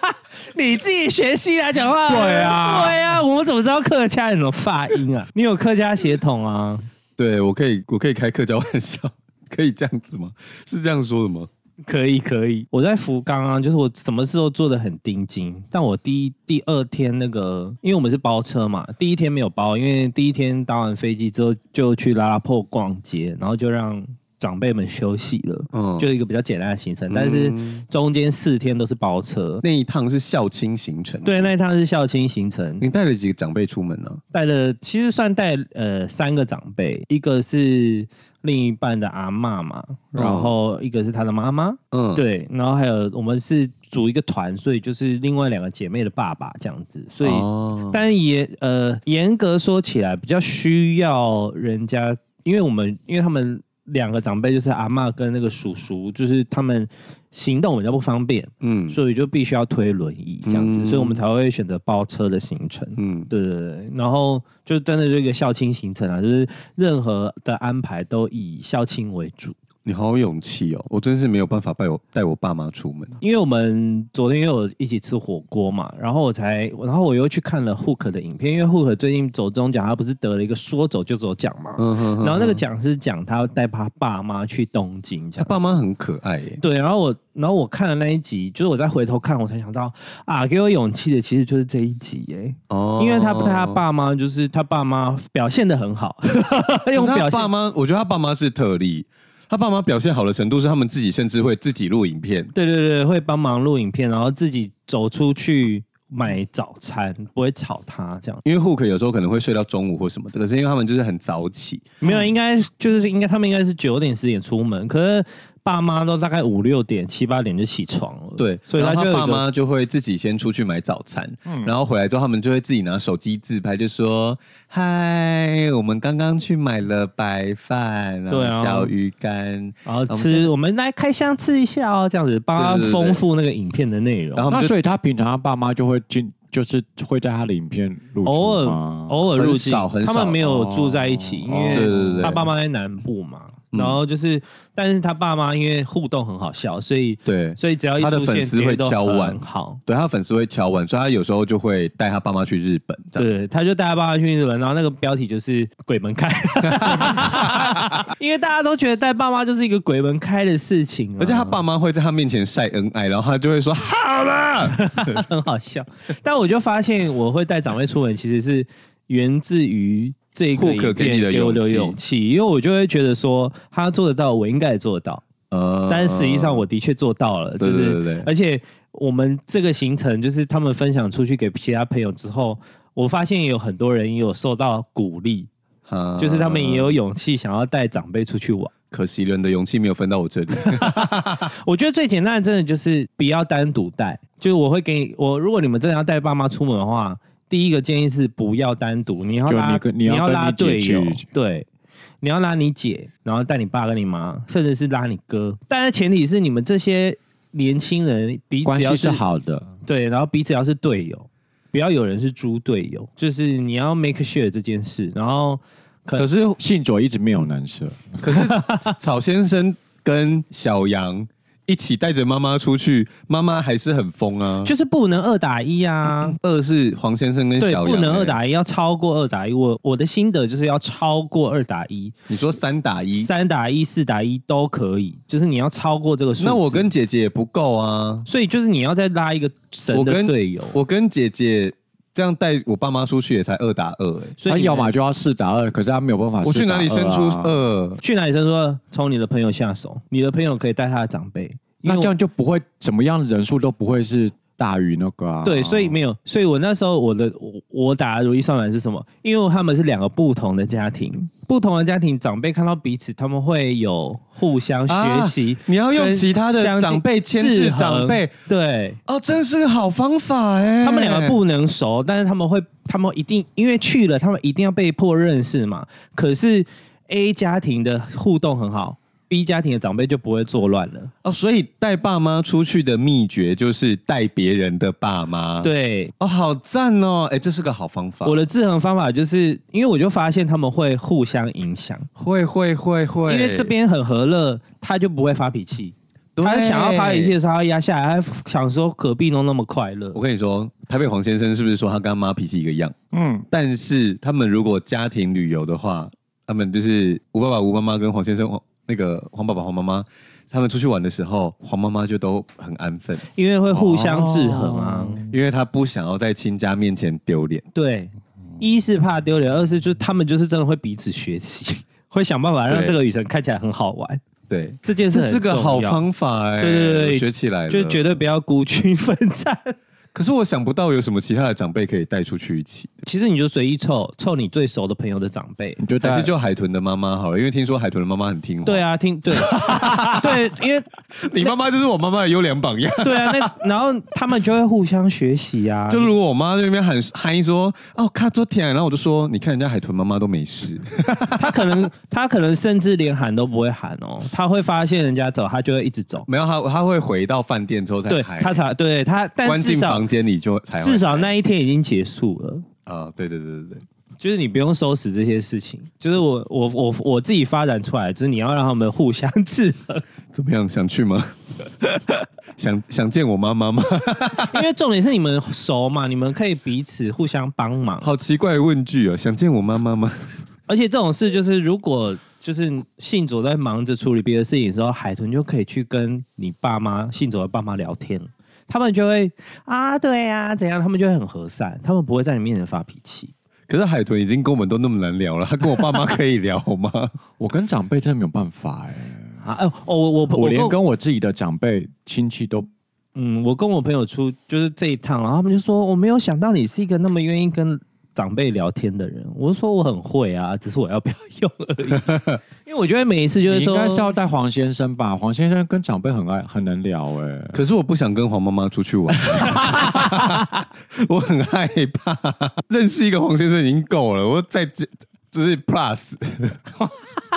你自己学西来讲话，
对啊
对啊，我们怎么知道客家人的发音啊？你有客家血统啊？
对我可以，我可以开客家玩笑，可以这样子吗？是这样说的吗？
可以可以，我在福冈啊，就是我什么事都做的很盯紧，但我第一第二天那个，因为我们是包车嘛，第一天没有包，因为第一天搭完飞机之后就去拉拉破逛街，然后就让长辈们休息了，
嗯
就一个比较简单的行程，但是中间四天都是包车。
那一趟是校亲行程。，
对，那一趟是校庆行程，
你带了几个长辈出门呢、
带了其实算带呃三个长辈，一个是另一半的阿嬷嘛，然后一个是她的妈妈，
嗯，，
对，然后还有我们是组一个团，所以就是另外两个姐妹的爸爸这样子，所以、
哦
但也呃严格说起来，比较需要人家，因为我们因为他们两个长辈就是阿嬷跟那个叔叔，就是他们行动比较不方便，
嗯
所以就必须要推轮椅这样子，
嗯
所以我们才会选择包车的行程。
嗯，
对对对，然后就真的就一个校庆行程啊，就是任何的安排都以校庆为主。
你好有勇气哦！我真是没有办法带我带我爸妈出门。
因为我们昨天又有一起吃火锅嘛，然后我才，然后我又去看了 Hook 的影片，因为 Hook 最近走中奖，他不是得了一个说走就走奖嘛，
嗯哼
然后那个奖是讲他带他爸妈去东京，这
他
样
啊爸妈很可爱耶。
对，然后我，然后我看了那一集，就是我再回头看，我才想到啊，给我勇气的其实就是这一集耶，
哦
因为他他爸妈就是他爸妈表现的很好，
可
用
是
表
他
现
爸妈，我觉得他爸妈是特例。他爸妈表现好的程度是他们自己甚至会自己录影片。
对对对，会帮忙录影片，然后自己走出去买早餐，不会吵他这样。
因为 Hook 有时候可能会睡到中午或什么的，可是因为他们就是很早起，
没有，应该就是应该他们应该是九点十点出门，可是爸妈都大概五六点七八点就起床了。
对，
所以
然
他
后
就
他爸
有一个嗯
妈就会自己先出去买早餐，然后回来之后他们就会自己拿手机自拍，就说：“嗨，我们刚刚去买了白饭，然后
对啊
小鱼干，
然后吃，我们来开箱吃一下哦，这样子帮
对对
他
对对
丰富那个影片的内容。
然后我们
那
就
所以他平常他爸妈就会进，就是会在他的影片录出
偶尔
吗
偶尔入境
很少很，少
他们没有住在一起，
哦
因
对对
为
对嗯
他爸妈在南部嘛。然后就是，但是他爸妈因为互动很好笑，所以
对
所以只要一
他的
出现
粉丝会
别人都
敲碗
很好。
对，他粉丝会敲碗，所以他有时候就会带他爸妈去日本，这样
对，他就带他爸妈去日本，然后那个标题就是“鬼
<laughs>
门开”，因为大家都觉得带爸妈就是一个鬼门开的事情、啊，
而且他爸妈会在他面前晒恩爱，然后他就会说：“好了。
很好笑。但我就发现，我会带长辈出门，其实是源自于这个
Hook
影片
给你的
给我
勇
的
气
勇气，因为我就会觉得说他做得到，我应该也做得到。”
呃
但实际上，我的确做到了，就
对
是
对对对
而且我们这个行程就是他们分享出去给其他朋友之后，我发现有很多人也有受到鼓励，
嗯
啊
就是他们也有勇气想要带长辈出去玩。
可惜人的勇气没有分到我这
<laughs>
里。
我觉得最简单的真的就是不要单独带，就是我会给你我，如果你们真的要带爸妈出门的话，第一个建议是不要单独，你要
就
拉
你跟你要跟
拉
你姐
队友
去，
对。你要拉你姐，然后带你爸跟你妈，甚至是拉你哥，但是前提是你们这些年轻人彼
关
此
系
要
是好的。
对，然后彼此要是队友，不要有人是猪队友，就是你要 make sure 这件事。然后可
可是信卓一直没有男生，
可是草先生跟小杨一起带着妈妈出去，妈妈还是很疯啊。
就是不能二打一啊，
二是黄先生跟
对，
小杨、
不能
欸
二。打一，要超过二打一。我我的心得就是要超过二打一，
你说三打一，
三打一、四打一都可以，就是你要超过这个数字。
那我跟姐姐也不够啊。
所以就是你要再拉一个神
我
的
跟
队友，
我跟姐姐这样带我爸妈出去也才二打二、欸，
所以
他
你
要
们
么就要四打二，可是他没有办法、
我去哪里生出
二啊？
二？
去哪里生说从你的朋友下手，你的朋友可以带他的长辈，因
那
为我
这样就不会怎么样，人数都不会是大于那个啊。
哦
对，所以没有，所以我那时候我的我我打如意算盘是什么？因为他们是两个不同的家庭，不同的家庭长辈看到彼此，他们会有互相学习
啊、你要用
跟
其他的
相近
长辈牵制长辈
制衡对。
哦，真是个好方法哎、
他们两个不能熟，但是他们会，他们一定因为去了，他们一定要被迫认识嘛。可是 A 家庭的互动很好，B 家庭的长辈就不会作乱了。
哦，所以带爸妈出去的秘诀就是带别人的爸妈。，
对，
哦，好赞哦，哎，这是个好方法。
我的制衡方法就是，因为我就发现他们会互相影响。
会会会会，
因为这边很和乐，他就不会发脾气。
对
他想要发脾气的时候，他会压下来，他想说隔壁弄那么快乐
我。跟你说，台北黄先生是不是说他跟他妈脾气一个样？
嗯，
但是他们如果家庭旅游的话，他们就是吴爸爸、吴妈妈跟黄先生、黄那个黄爸爸、黄妈妈，他们出去玩的时候，黄妈妈就都很安分，
因为会互相制衡啊。
因为她不想要在亲家面前丢脸。
嗯对，一是怕丢脸，二是就是他们就是真的会彼此学习， <laughs> 会想办法让
对
这个旅程看起来很好玩。
对，
这件事
这
很
是个好
重要，
方法哎、
对对对对
我学起来了。
就绝对不要孤军奋战。
可是我想不到有什么其他的长辈可以带出去一起，
<laughs> 其实你就随意凑凑你最熟的朋友的长辈。
你就
还
带
是就海豚的妈妈好了，因为听说海豚的妈妈很听话。
对，啊，听对 <laughs> 对，因为
你妈妈就是我妈妈的优良榜样。
对啊，那然后他们就会互相学习啊。
<laughs> 就如果我妈在那边喊嗨说哦卡昨天，然后我就说你看人家海豚妈妈都没事，
他可能他可能甚至连喊都不会喊哦，他会发现人家走，他就会一直走。
没有她她会回到饭店之后才
对
嗨，
他才对他，但
关
至
进
少
房间里就才
至少那
啊、
一天已经结束了。
对对对对对，
就是你不用收拾这些事情，就是我我我我自己发展出来，就是你要让他们互相制衡，
怎么样想去吗？ <laughs> 想想见我妈妈吗？ <laughs>
因为重点是你们熟嘛，你们可以彼此互相帮忙。
好奇怪的问句哦，想见我妈妈吗？
而且这种事就是，如果就是信佐在忙着处理别的事情的时候，海豚就可以去跟你爸妈、信佐的爸妈聊天，他们就会啊，对呀、怎样，他们就会很和善，他们不会在你面前发脾气。
可是海豚已经跟我们都那么难聊了，他跟我爸妈可以聊吗？ <laughs>
我跟长辈真的没有办法哎、
啊，哎、哦，我我
我连
跟
跟我自己的长辈亲戚都
嗯，我跟我朋友出就是这一趟，然后他们就说我没有想到你是一个那么愿意跟长辈聊天的人。我就说我很会啊，只是我要不要用而已。因为我觉得每一次就
你 <laughs>
是
应
说，
该是要带黄先生吧？黄先生跟长辈很爱很能聊哎、
可是我不想跟黄妈妈出去
<laughs>
玩， <laughs> 我很害怕。认识一个黄先生已经够了，我再见就是 plus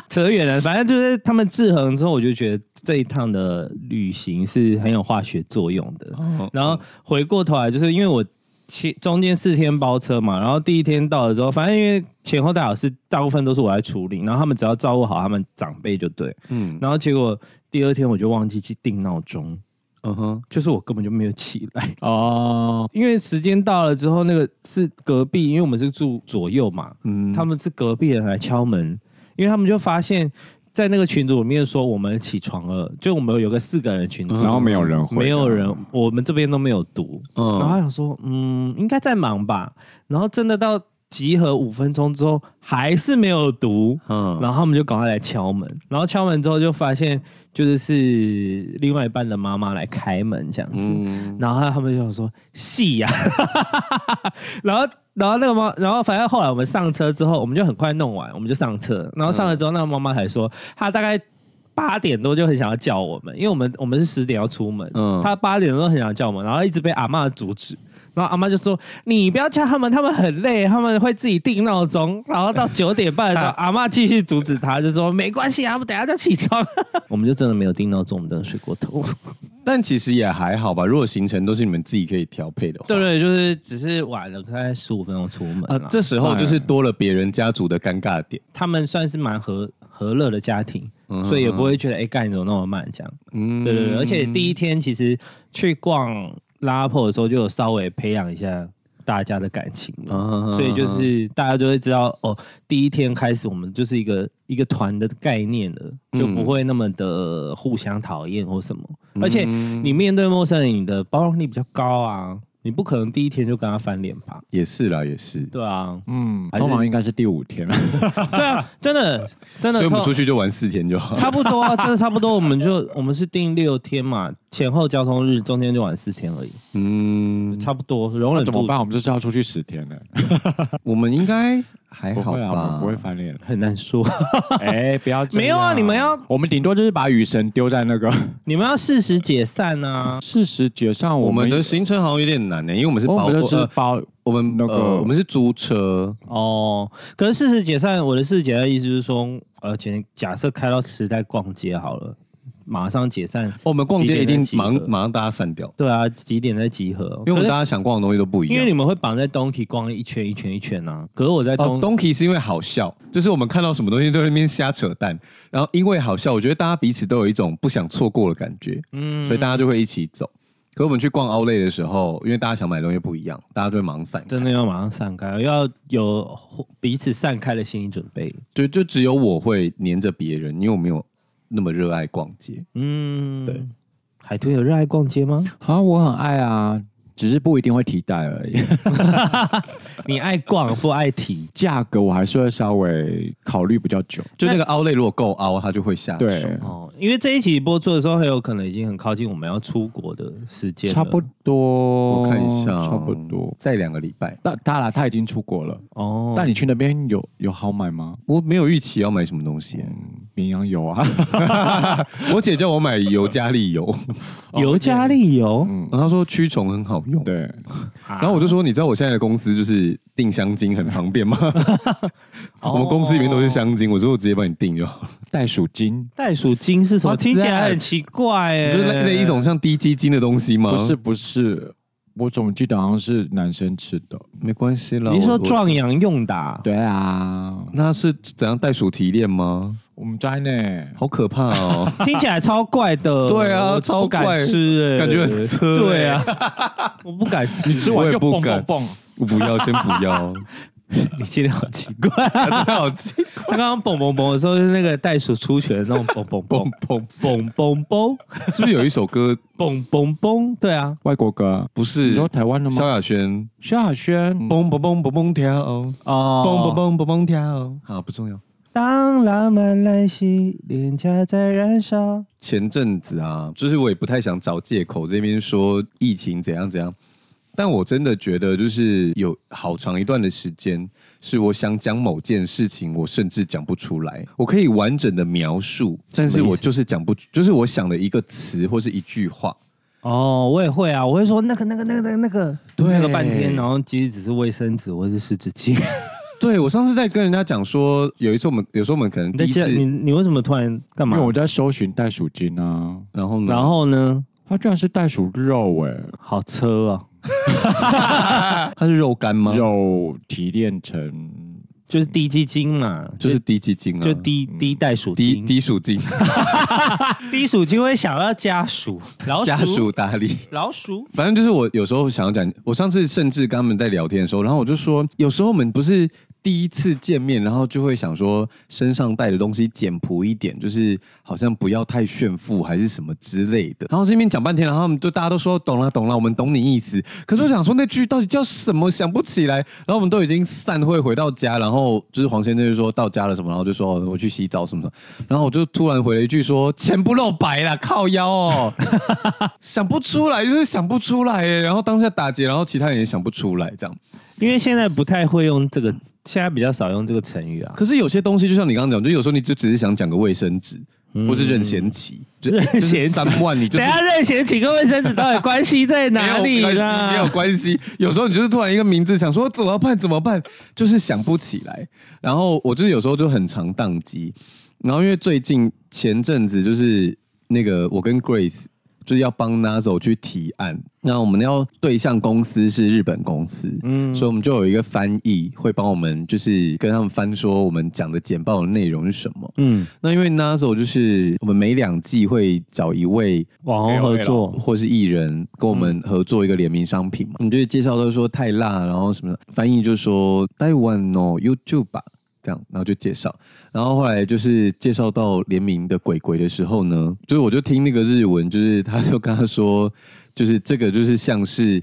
扯远了，反正就是他们制衡之后，我就觉得这一趟的旅行是很有化学作用的。然后回过头来，就是因为我前中间四天包车嘛，然后第一天到了之后，反正因为前后大小事大部分都是我在处理，然后他们只要照顾好他们长辈就对。
嗯
然后结果第二天我就忘记去定闹钟，
嗯哼，
就是我根本就没有起来， <laughs>
哦，
因为时间到了之后，那个是隔壁，因为我们是住左右嘛，
嗯，
他们是隔壁人来敲门，因为他们就发现，在那个群组里面说我们起床了，就我们有个四个人的群组，
嗯然后没有人回，
没有人，我们这边都没有读，然后
嗯，
他想说，嗯，应该在忙吧，然后真的到集合五分钟之后还是没有读，
嗯，
然后他们就赶快来敲门，然后敲门之后就发现就是是另外一半的妈妈来开门这样子，
嗯，
然后他们就想说戏呀、 <laughs> 然后然后那个妈，然后反正后来我们上车之后，我们就很快弄完，我们就上车，然后上了之后，那个妈妈还说她大概。八点多就很想要叫我们，因为我们我们是十点要出门，
嗯
她八点多很想叫我们，然后一直被阿妈阻止，然后阿妈就说：“你不要叫他们，他们很累，他们会自己定闹钟。”然后到九点半
<laughs>
的时候，阿妈继续阻止她，就说：“没关系啊，我们等一下就起床。” <laughs> 我们就真的没有定闹钟，我们真的睡过头。
但其实也还好吧。如果行程都是你们自己可以调配的话，
对对，就是只是晚了大概十五分钟出门、
啊，
啊。
这时候就是多了别人家族的尴尬点。
他们算是蛮和和乐的家庭，
嗯
所以也不会觉得哎，干、你怎么那么慢这样。
嗯，
对对对，而且第一天其实去逛拉破的时候，就有稍微培养一下大家的感情了。
嗯，
所以就是大家就会知道哦，第一天开始我们就是一个一个团的概念了，就
嗯
不会那么的互相讨厌或什么。而且
嗯
你面对陌生人，你的包容力比较高啊，你不可能第一天就跟他翻脸吧？
也是啦，也是。
对啊，
嗯，
还是
通常应该是第五
<laughs>
天了。
对啊，真的真的，
所以我们
差
出去就玩四天就好。
差不多啊，真的差不多。我们就我们是定六天嘛，前后交通日，中间就玩四天而已，
嗯，
差不多容忍
怎么
度。
办？我们就是要出去十天了，
我们应该还
<laughs> 不
好
会啊，我们
吧？
不会翻脸了
很
<laughs>
难说。
哎，不要这样
没有啊你们要，
我们顶多就是把雨神丢在那个
你们要适时解散啊，
事实解上，
我
我
们
们哦
的行程好像有点难呢、因为我们是
我
包
们的是
呃
包
我们
那个
呃我们是租车，
哦。可是适时解散，我的适时解散意思就是说，呃，假假设开到时代逛街好了，马上解散。
我们逛街一定
几点
马
的集合
上马上大家散掉，
对啊，几点再集合？
因为我们
可
啊
是
大家想逛的东西都不一
因为你
样。
们会绑在 Donkey 逛一圈一圈一圈啊。可是我在
哦
Don，、
，Donkey 是因为好笑，就是我们看到什么东西都在那边瞎扯淡，然后因为好笑，我觉得大家彼此都有一种不想错过的感觉，
嗯
所以大家就会一起走。可我们去逛 Outlet 的时候，因为大家想买的东西不一样，大家就会忙散开，
真的要马上散开，要有彼此散开的心理准备。
就就只有我会黏着别人，因为我没有那么热爱逛街。
嗯，
对。
海豚有热爱逛街吗？
啊，我很爱啊，只是不一定会替代而已。
<laughs>
<laughs>
你爱逛不爱提，
价格我还是会稍微考虑比较久。
就那个凹类如果够凹，它就会下手。
对，
哦，因为这一集播出的时候，很有可能已经很靠近我们要出国的时间了，
差不多。
我
我
看一下哦，
差不多。
再两个礼拜。
但当然了，他已经出国了。
哦。
但你去那边有有好买吗？
我没有预期要买什么东西，
嗯，绵羊油
<laughs>
啊，
我姐叫我买尤加利油，
尤加利油，
然后她说驱虫很好用。
对，啊
然后我就说，你知道我现在的公司就是订香精很方
<laughs>
便吗？我们公司里面都是香精，我说我直接帮你订就好了，
袋鼠精
袋鼠精是什么？
What's
哦听起来
that？
很奇怪哎、
就是那那一种像低基金的东西吗？
不是，不是，我总记得好像是男生吃的。
没关系啦。
啊你是说
我
壮？阳用的、啊？
对啊，
我那是怎样袋鼠提炼吗？
我们在呢。
好可怕
<laughs>
哦！
听起来超怪 <laughs> 的。
对啊
我
超
不敢
怪
吃、欸，
感觉很涩欸
对啊，我不敢 <laughs> 吃。
吃完我也就不蹦敢
蹦。
我不要，先不
<laughs>
要，
你今天好奇怪、 <laughs> 啊，
真的好气，
他刚刚蹦蹦蹦的时候是那个袋鼠出拳的那种蹦蹦蹦
砰砰！
蹦蹦蹦
是不是有一首歌
蹦蹦蹦，对啊，
外国歌，
不
你
是
说台湾的
萧
吗？
亚轩？
萧亚轩，
嗯
蹦蹦蹦蹦蹦跳，蹦
哦
蹦。蹦蹦蹦跳。哦好，不重要。
当浪漫来袭，脸颊在燃烧。
前阵子啊，就是我也不太想找借口这边说疫情怎样怎样，但我真的觉得就是有好长一段的时间，是我想讲某件事情，我甚至讲不出来。我可以完整的描述，但是我就是讲不出，就是我想的一个词或是一句话。
哦，我也会啊，我会说那个那个那个那个那个，
对
那个半天，然后其实只是卫生纸或是湿纸巾。
对我上次在跟人家讲说，有一次我们有时候我们可能
你
第
在
一次
家，你你为什么突然干
因
嘛
为？我在搜寻袋鼠精啊，
然后呢，
然后呢？
它居然是袋鼠肉哎、
好车啊，
它是肉干吗？
肉提炼成
就是低基金嘛，
就是低基金啊，
就低低袋鼠
低
精，
低属金，
低鼠精会想到家属，老鼠，
家属打理。
老鼠，
反正就是我有时候想要讲，我上次甚至跟他们在聊天的时候，然后我就说，有时候我们不是第一次见面，然后就会想说身上带的东西简朴一点，就是好像不要太炫富还是什么之类的。然后这边讲半天，然后他们就大家都说懂了懂了，我们懂你意思。可是我想说那句到底叫什么，想不起来。然后我们都已经散会回到家，然后就是黄先生就说到家了什么，然后就说、哦我去洗澡什么什么，然后我就突然回了一句说钱不露白啦，靠腰哦。想不出来，就是想不出来耶。然后当下打结，然后其他人也想不出来，这样。
因为现在不太会用这个，现在比较少用这个成语啊。
可是有些东西，就像你刚刚讲，就有时候你就只是想讲个卫生纸，或是任贤齐，就
任贤齐
就是三万，你就
等
是
一下任贤齐跟卫生纸到底关系在
没有
哪里
关系没有
呢？
关系。有时候你就是突然一个名字，想说怎么办怎么办，就是想不起来。然后我就是有时候就很常宕机。然后因为最近前阵子就是那个我跟 Grace 就是要帮 Nazo 去提案，那我们要对象公司是日本公司，嗯，所以我们就有一个翻译会帮我们就是跟他们翻说我们讲的简报的内容是什么。
嗯，
那因为 Nazo 就是我们每两季会找一位
网红合作，
或是艺人跟我们合作一个联名商品嘛，嗯我们就介绍到说太辣，然后什么的翻译就说台湾哦 YouTube 吧，这样，然后就介绍，然后后来就是介绍到联名的鬼鬼的时候呢，就是我就听那个日文，就是他就跟他说，就是这个就是像是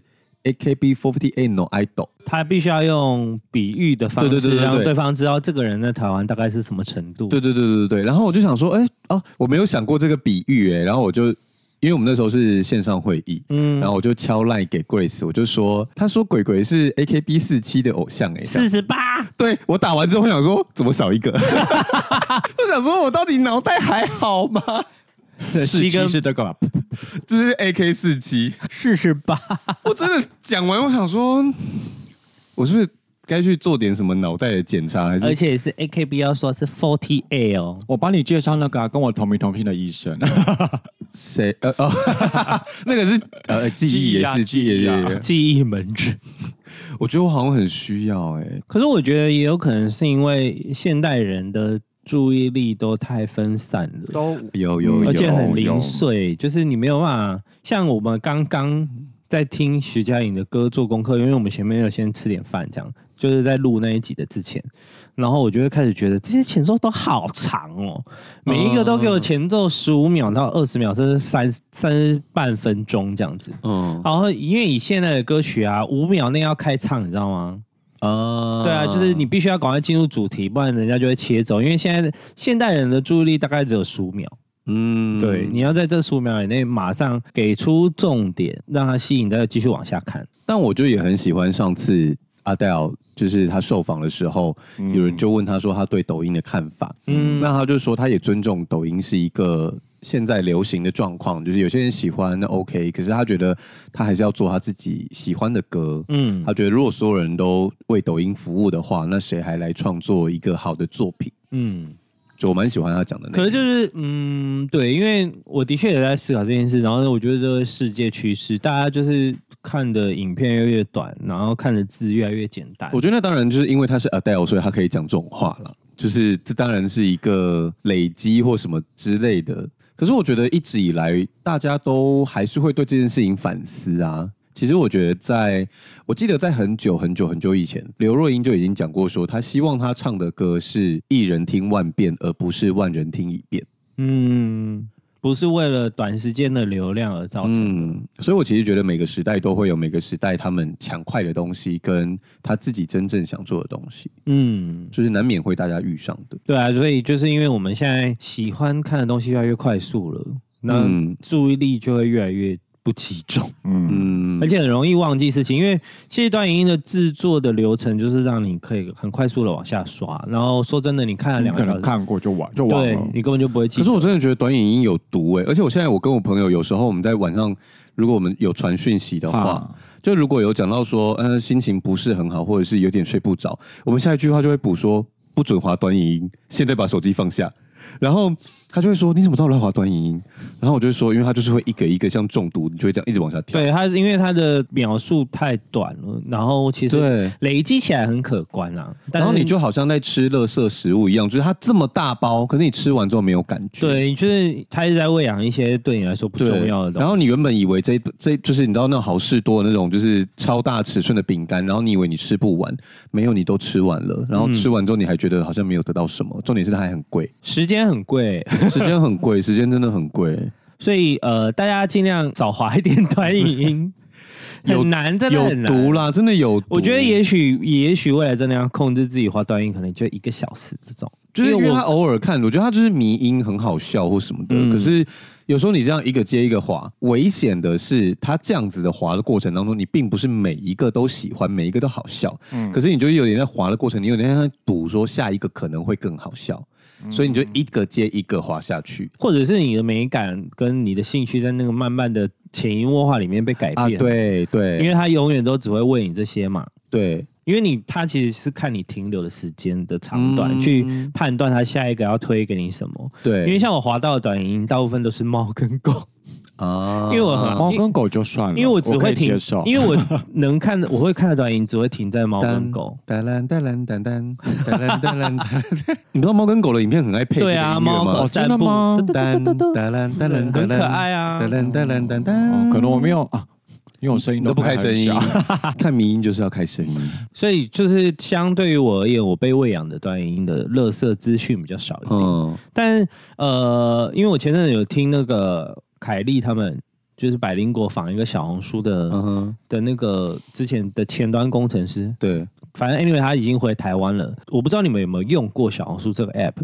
AKB48 no idol，
他必须要用比喻的方
对对对
式
对对
让对方知道这个人在台湾大概是什么程度。
对对对对对对，然后我就想说，哎、哦、我没有想过这个比喻、哎，然后我就因为我们那时候是线上会议，
嗯
然后我就敲赖给 Grace，我就说，他说鬼鬼是 AKB 四七的偶像哎、这样
四十八，
对我打完之后，我想说怎么少一个， <laughs> 我想说我到底脑袋还好吗？
七跟
是这个吧？
就是 AK 四七，
四十八，
我真的讲完，我想说，我是不是该去做点什么脑袋的检查？还
而
是
且是 AKB 要说是 forty eight 哦。
我帮你介绍那个啊、跟我同名同姓的医
<laughs>
生，
谁？呃哦， <laughs> 那个是呃记忆也是记
记忆
忆
啊
也是，
记忆门诊。
我觉得我好像很需要哎、
可是我觉得也有可能是因为现代人的注意力都太分散了，
都
有有有，
而且很
有
零碎，就是你没有办法像我们刚刚在听徐佳莹的歌做功课，因为我们前面有先吃点饭，这样就是在录那一集的之前，然后我就会开始觉得这些前奏都好长哦，每一个都给我前奏十五秒到二十秒，甚至三三十半分钟这样子。
嗯
然后因为以现在的歌曲啊，五秒内要开唱，你知道吗？
啊
对啊，就是你必须要赶快进入主题，不然人家就会切走。因为现在现代人的注意力大概只有十五秒，
嗯
对，你要在这十五秒以内马上给出重点，让他吸引大家继续往下看。
但我就也很喜欢上次阿黛尔，就是他受访的时候，有人就问他说他对抖音的看法，
嗯
嗯，那他就说他也尊重抖音是一个现在流行的状况，就是有些人喜欢那 OK，可是他觉得他还是要做他自己喜欢的歌，
嗯，
他觉得如果所有人都为抖音服务的话，那谁还来创作一个好的作品？
嗯，
就我蛮喜欢他讲的那个，
可能就是嗯，对，因为我的确也在思考这件事，然后我觉得这个世界趋势，大家就是看的影片越来越短，然后看的字越来越简单。
我觉得那当然就是因为他是 Adele，所以他可以讲这种话了。就是这当然是一个累积或什么之类的。可是我觉得一直以来大家都还是会对这件事情反思啊。其实我觉得在，我记得在很久很久很久以前，刘若英就已经讲过说，她希望她唱的歌是一人听万遍，而不是万人听一遍。
嗯，不是为了短时间的流量而造成。
嗯，所以我其实觉得每个时代都会有每个时代他们抢快的东西，跟他自己真正想做的东西，
嗯
就是难免会大家遇上的。
对啊，所以就是因为我们现在喜欢看的东西越来越快速了，那
嗯
注意力就会越来越不集中，
嗯
嗯
而且很容易忘记事情。因为其实短影音的制作的流程就是让你可以很快速的往下刷，然后说真的，你看了
你
两个
可
小
能
时，
看过就完就完
对
了。
你根本就不会
哦
记
可
得。
是我真的觉得短影音有毒哎、而且我现在我跟我朋友有时候我们在晚上，如果我们有传讯息的话，
啊
就如果有讲到说，呃，心情不是很好，或者是有点睡不着，我们下一句话就会补说，不准滑短影音，现在把手机放下。然后他就会说：“你怎么知道我在滑短影音？”然后我就会说：“因为他就是会一个一个像中毒，你就会这样一直往下跳。
对它，因为它的描述太短了，然后其实
对
累积起来很可观啊。但
然后
是
你就好像在吃垃圾食物一样，就是它这么大包，可是你吃完之后没有感觉。
对，就是它一直在喂养一些对你来说不
对，
重要的东西。
然后你原本以为这这就是你知道那种好事多的那种就是超大尺寸的饼干，然后你以为你吃不完，没有你都吃完
嗯
了，然后吃完之后你还觉得好像没有得到什么，重点是它还很
<laughs>
贵，
时间很贵，
时间很贵，时间真的很贵，
所以呃，大家尽量少划一点 <laughs> 短影音，
有
很难，真的
有
很难。
毒啦，真的有毒。
我觉得也许，也许未来真的要控制自己划短音，可能就一个小时这种。
就是因为
因为我
他偶尔看，我觉得他就是迷音很好笑或什么的。
嗯
可是有时候你这样一个接一个滑，危险的是他这样子的滑的过程当中，你并不是每一个都喜欢，每一个都好笑。
嗯
可是你就是有点在滑的过程，你有点在赌说下一个可能会更好笑，所以你就一个接一个滑下去。
或者是你的美感跟你的兴趣在那个慢慢的潜移默化里面被改
啊，
变。，
对
因
对
为他永远都只会喂你这些嘛，
对，
因为你他其实是看你停留的时间的长短、
嗯
去判断他下一个要推给你什么。
对，
因为像我滑到的短影音，大部分都是猫跟狗，
啊，
因为我很
猫跟狗就算了，
因为我只
可
会
以
停
接受，，
因为我能看的我会看的短影只会停在猫跟狗。
哒啦哒啦哒哒哒啦哒啦哒，你知道猫跟狗的影片很爱配
对啊，猫
哦
狗散步，嘟嘟嘟嘟嘟嘟
哒啦哒啦
很可爱啊
哒。啦哒啦哒哒
哦，可能我没有啊，因为我声音
你都不开
开
声音， <laughs> 看迷音就是要开声音。
所以就是相对于我而言，我被喂养的短影音的垃圾资讯比较少一
<laughs>
点。
嗯
但呃，因为我前阵子有听那个凯莉他们，就是百灵果仿一个小红书的、
嗯哼，
的那个之前的前端工程师，
对，
反正 anyway 他已经回台湾了。我不知道你们有没有用过小红书这个 app，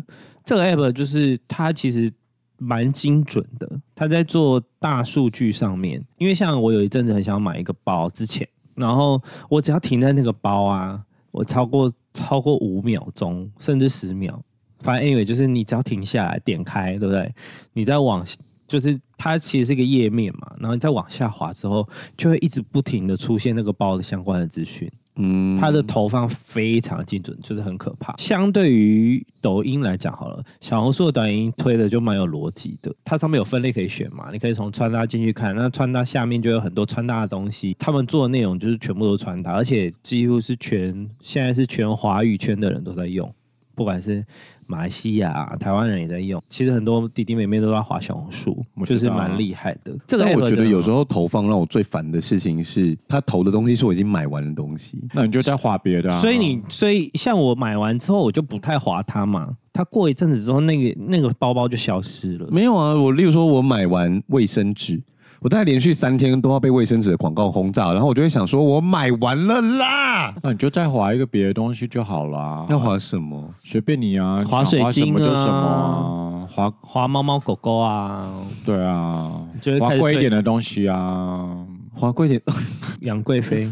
这个 app 就是它其实蛮精准的，它在做大数据上面。因为像我有一阵子很想买一个包，之前，然后我只要停在那个包啊，我超过超过五秒钟，甚至十秒，反正 anyway 就是你只要停下来点开，对不对？你再往就是它其实是一个页面嘛，然后你再往下滑之后，就会一直不停的出现那个包的相关的资讯。
嗯，
它的投放非常精准，就是很可怕。相对于抖音来讲好了，小红书的短音推的就蛮有逻辑的，它上面有分类可以选嘛，你可以从穿搭进去看，那穿搭下面就有很多穿搭的东西，他们做的内容就是全部都是穿搭，而且几乎是全现在是全华语圈的人都在用。不管是马来西亚、啊、台湾人也在用，其实很多弟弟妹妹都在滑小红书，
我知
就
道
是蛮厉害的。这个
但
app
我觉得
真的
有时
很好
候投放让我最烦的事情是，他投的东西是我已经买完的东西。
那你就再画别的、啊。
所以你，所以像我买完之后，我就不太划它嘛。它过一阵子之后，那个那个包包就消失了。
没有啊，我例如说我买完卫生纸，我大概连续三天都要被卫生纸的广告轰炸，然后我就会想说，我买完了啦，
那你就再划一个别的东西就好啊啦。
要划什么？
随便你啊，
划
想
水晶
什么就什么
啊
啊，划
花猫猫狗狗啊，
对啊
就会，开
划
始
贵一
退
点的东西啊。
划贵点呃
杨
<laughs>
贵妃、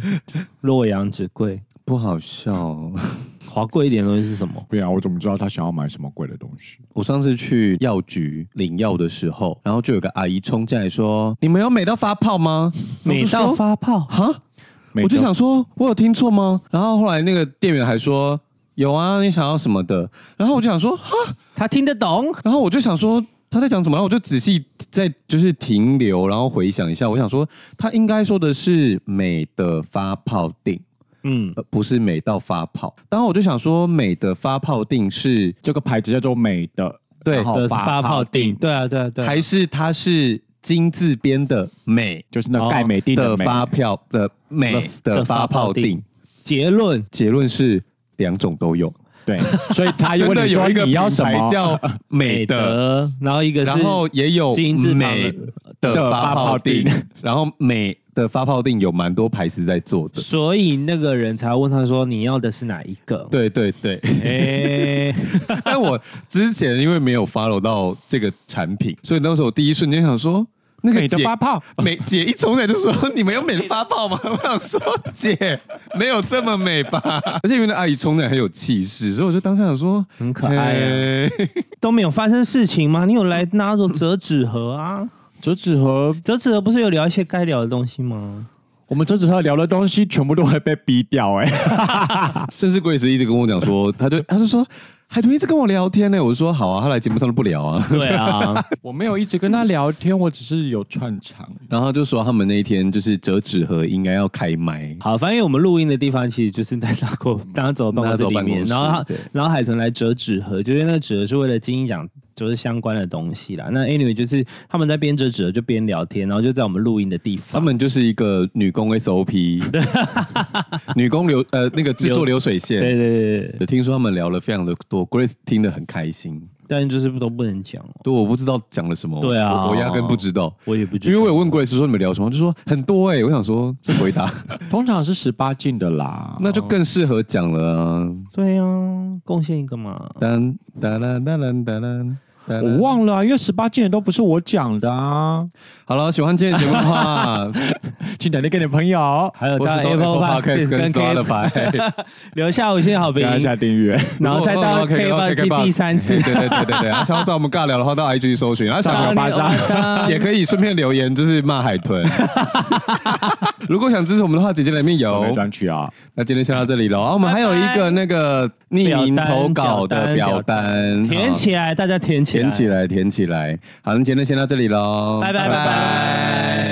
洛阳纸贵，
不好笑 <laughs> 哦、
划贵一点的东西是什么？
不然我怎么知道他想要买什么贵的东西？
我上次去药局领药的时候，然后就有个阿姨冲进来说：“你们有美到发泡
<laughs>
吗？”
美到发泡，
哈，
每
我就
种
想说，我有听错吗？然后后来那个店员还说。有啊，你想要什么的？然后我就想说，哈，
他听得懂。
然后我就想说他在讲什么，然后我就仔细在就是停留，然后回想一下，我想说他应该说的是美的发泡定，
嗯，
呃，不是美到发泡。然后我就想说美的发泡定是
这个牌子叫做美的，
对
然后
的
发
发泡
定
定，对啊，对啊，对啊。
还是它是金字边的美
就是那
哦
个盖美定
的
美
发票的美
的
的发泡定？
结论，
结论是两种都有。
对，所以他
真
问
的
你
有
说
一个
你要
品
什
牌
么，
叫美
美
的。
德，然后一个是
然后也有
金字旁的
美的发泡定， <laughs> 然后美的发泡定有蛮多牌子在做的。
所以那个人才问他说：“你要的是哪一个
对对对，？” <laughs>
哎，
但我之前因为没有 follow 到这个产品，所以当时我第一瞬间想说，那个
美的
姐
发泡，
美姐一冲来就说：“你们有美的发泡吗？” <laughs> 我想说，姐没有这么美吧？ <laughs> 而且因为那阿姨冲来很有气势，所以我就当时想说，
很可爱啊，
哎
都没有发生事
<laughs>
情吗？你有来拿走折纸盒啊？
折纸盒，
折纸盒不是有聊一些该聊的东西吗？
我们折纸盒聊的东西全部都会被逼掉哎、
甚至 Grace 一直跟我讲说，她就她就说。海豚一直跟我聊天呢、我说好啊，她来节目上都不聊啊，
对啊，
我没有一直跟他聊天，我只是有串场。
然后她就说他们那一天就是折纸盒应该要开麦，
<laughs> 好，反正因为我们录音的地方其实就是在拿过拿走办公室里面，
嗯拿走办公室
然后他
对
然后海豚来折纸盒，就是那个纸盒是为了金鹰奖就是相关的东西啦。那 anyway 就是他们在边折纸盒就边聊天，然后就在我们录音的地
他
方，
们就是一个女工 SOP，女工流呃那个制作流水线。
对对对对对，
有听说他们聊了非常的多，Grace 听得很开心。
但就是都不能讲哦，
对，我不知道讲了什么，
对啊
我我压根不知道，
我也不
因
知
为
道
我有问 Grace 说你们聊什么，就说很多哎、我想说这回
<laughs>
答
通常是十八禁的啦，
那就更适合讲了啊。
对啊，贡献一个嘛。
当当当当当当当，
我忘了啊、因为十八禁的都不是我讲的啊。
好了，喜欢今天的节目的
<laughs>
话，
请点力给你的朋友，
还有
我
到
是
Apple
Podcast
Podcast
跟
跟
Spotify，
留下五
<laughs>
星好评，
点一下订
<laughs>
阅。
然后再
哦
到 K 八 T 第三次
<laughs> 对，对对对对，然后想要找我们尬聊的话，到 IG 搜寻，然
<laughs>
后想要
找你
巴掌
<laughs> 巴
也
掌
可以顺便留言，就是骂海
<laughs>
豚。如果想支持我们的话，姐姐里面
我
有
们。专区啊，
那今天先到这里喽。啊，我们还有一个那个匿名投稿的表
表单表
单，
填
啊
起来，大家填起来，
填起来，填起来。好，那今天先到这里喽，
拜拜
拜拜。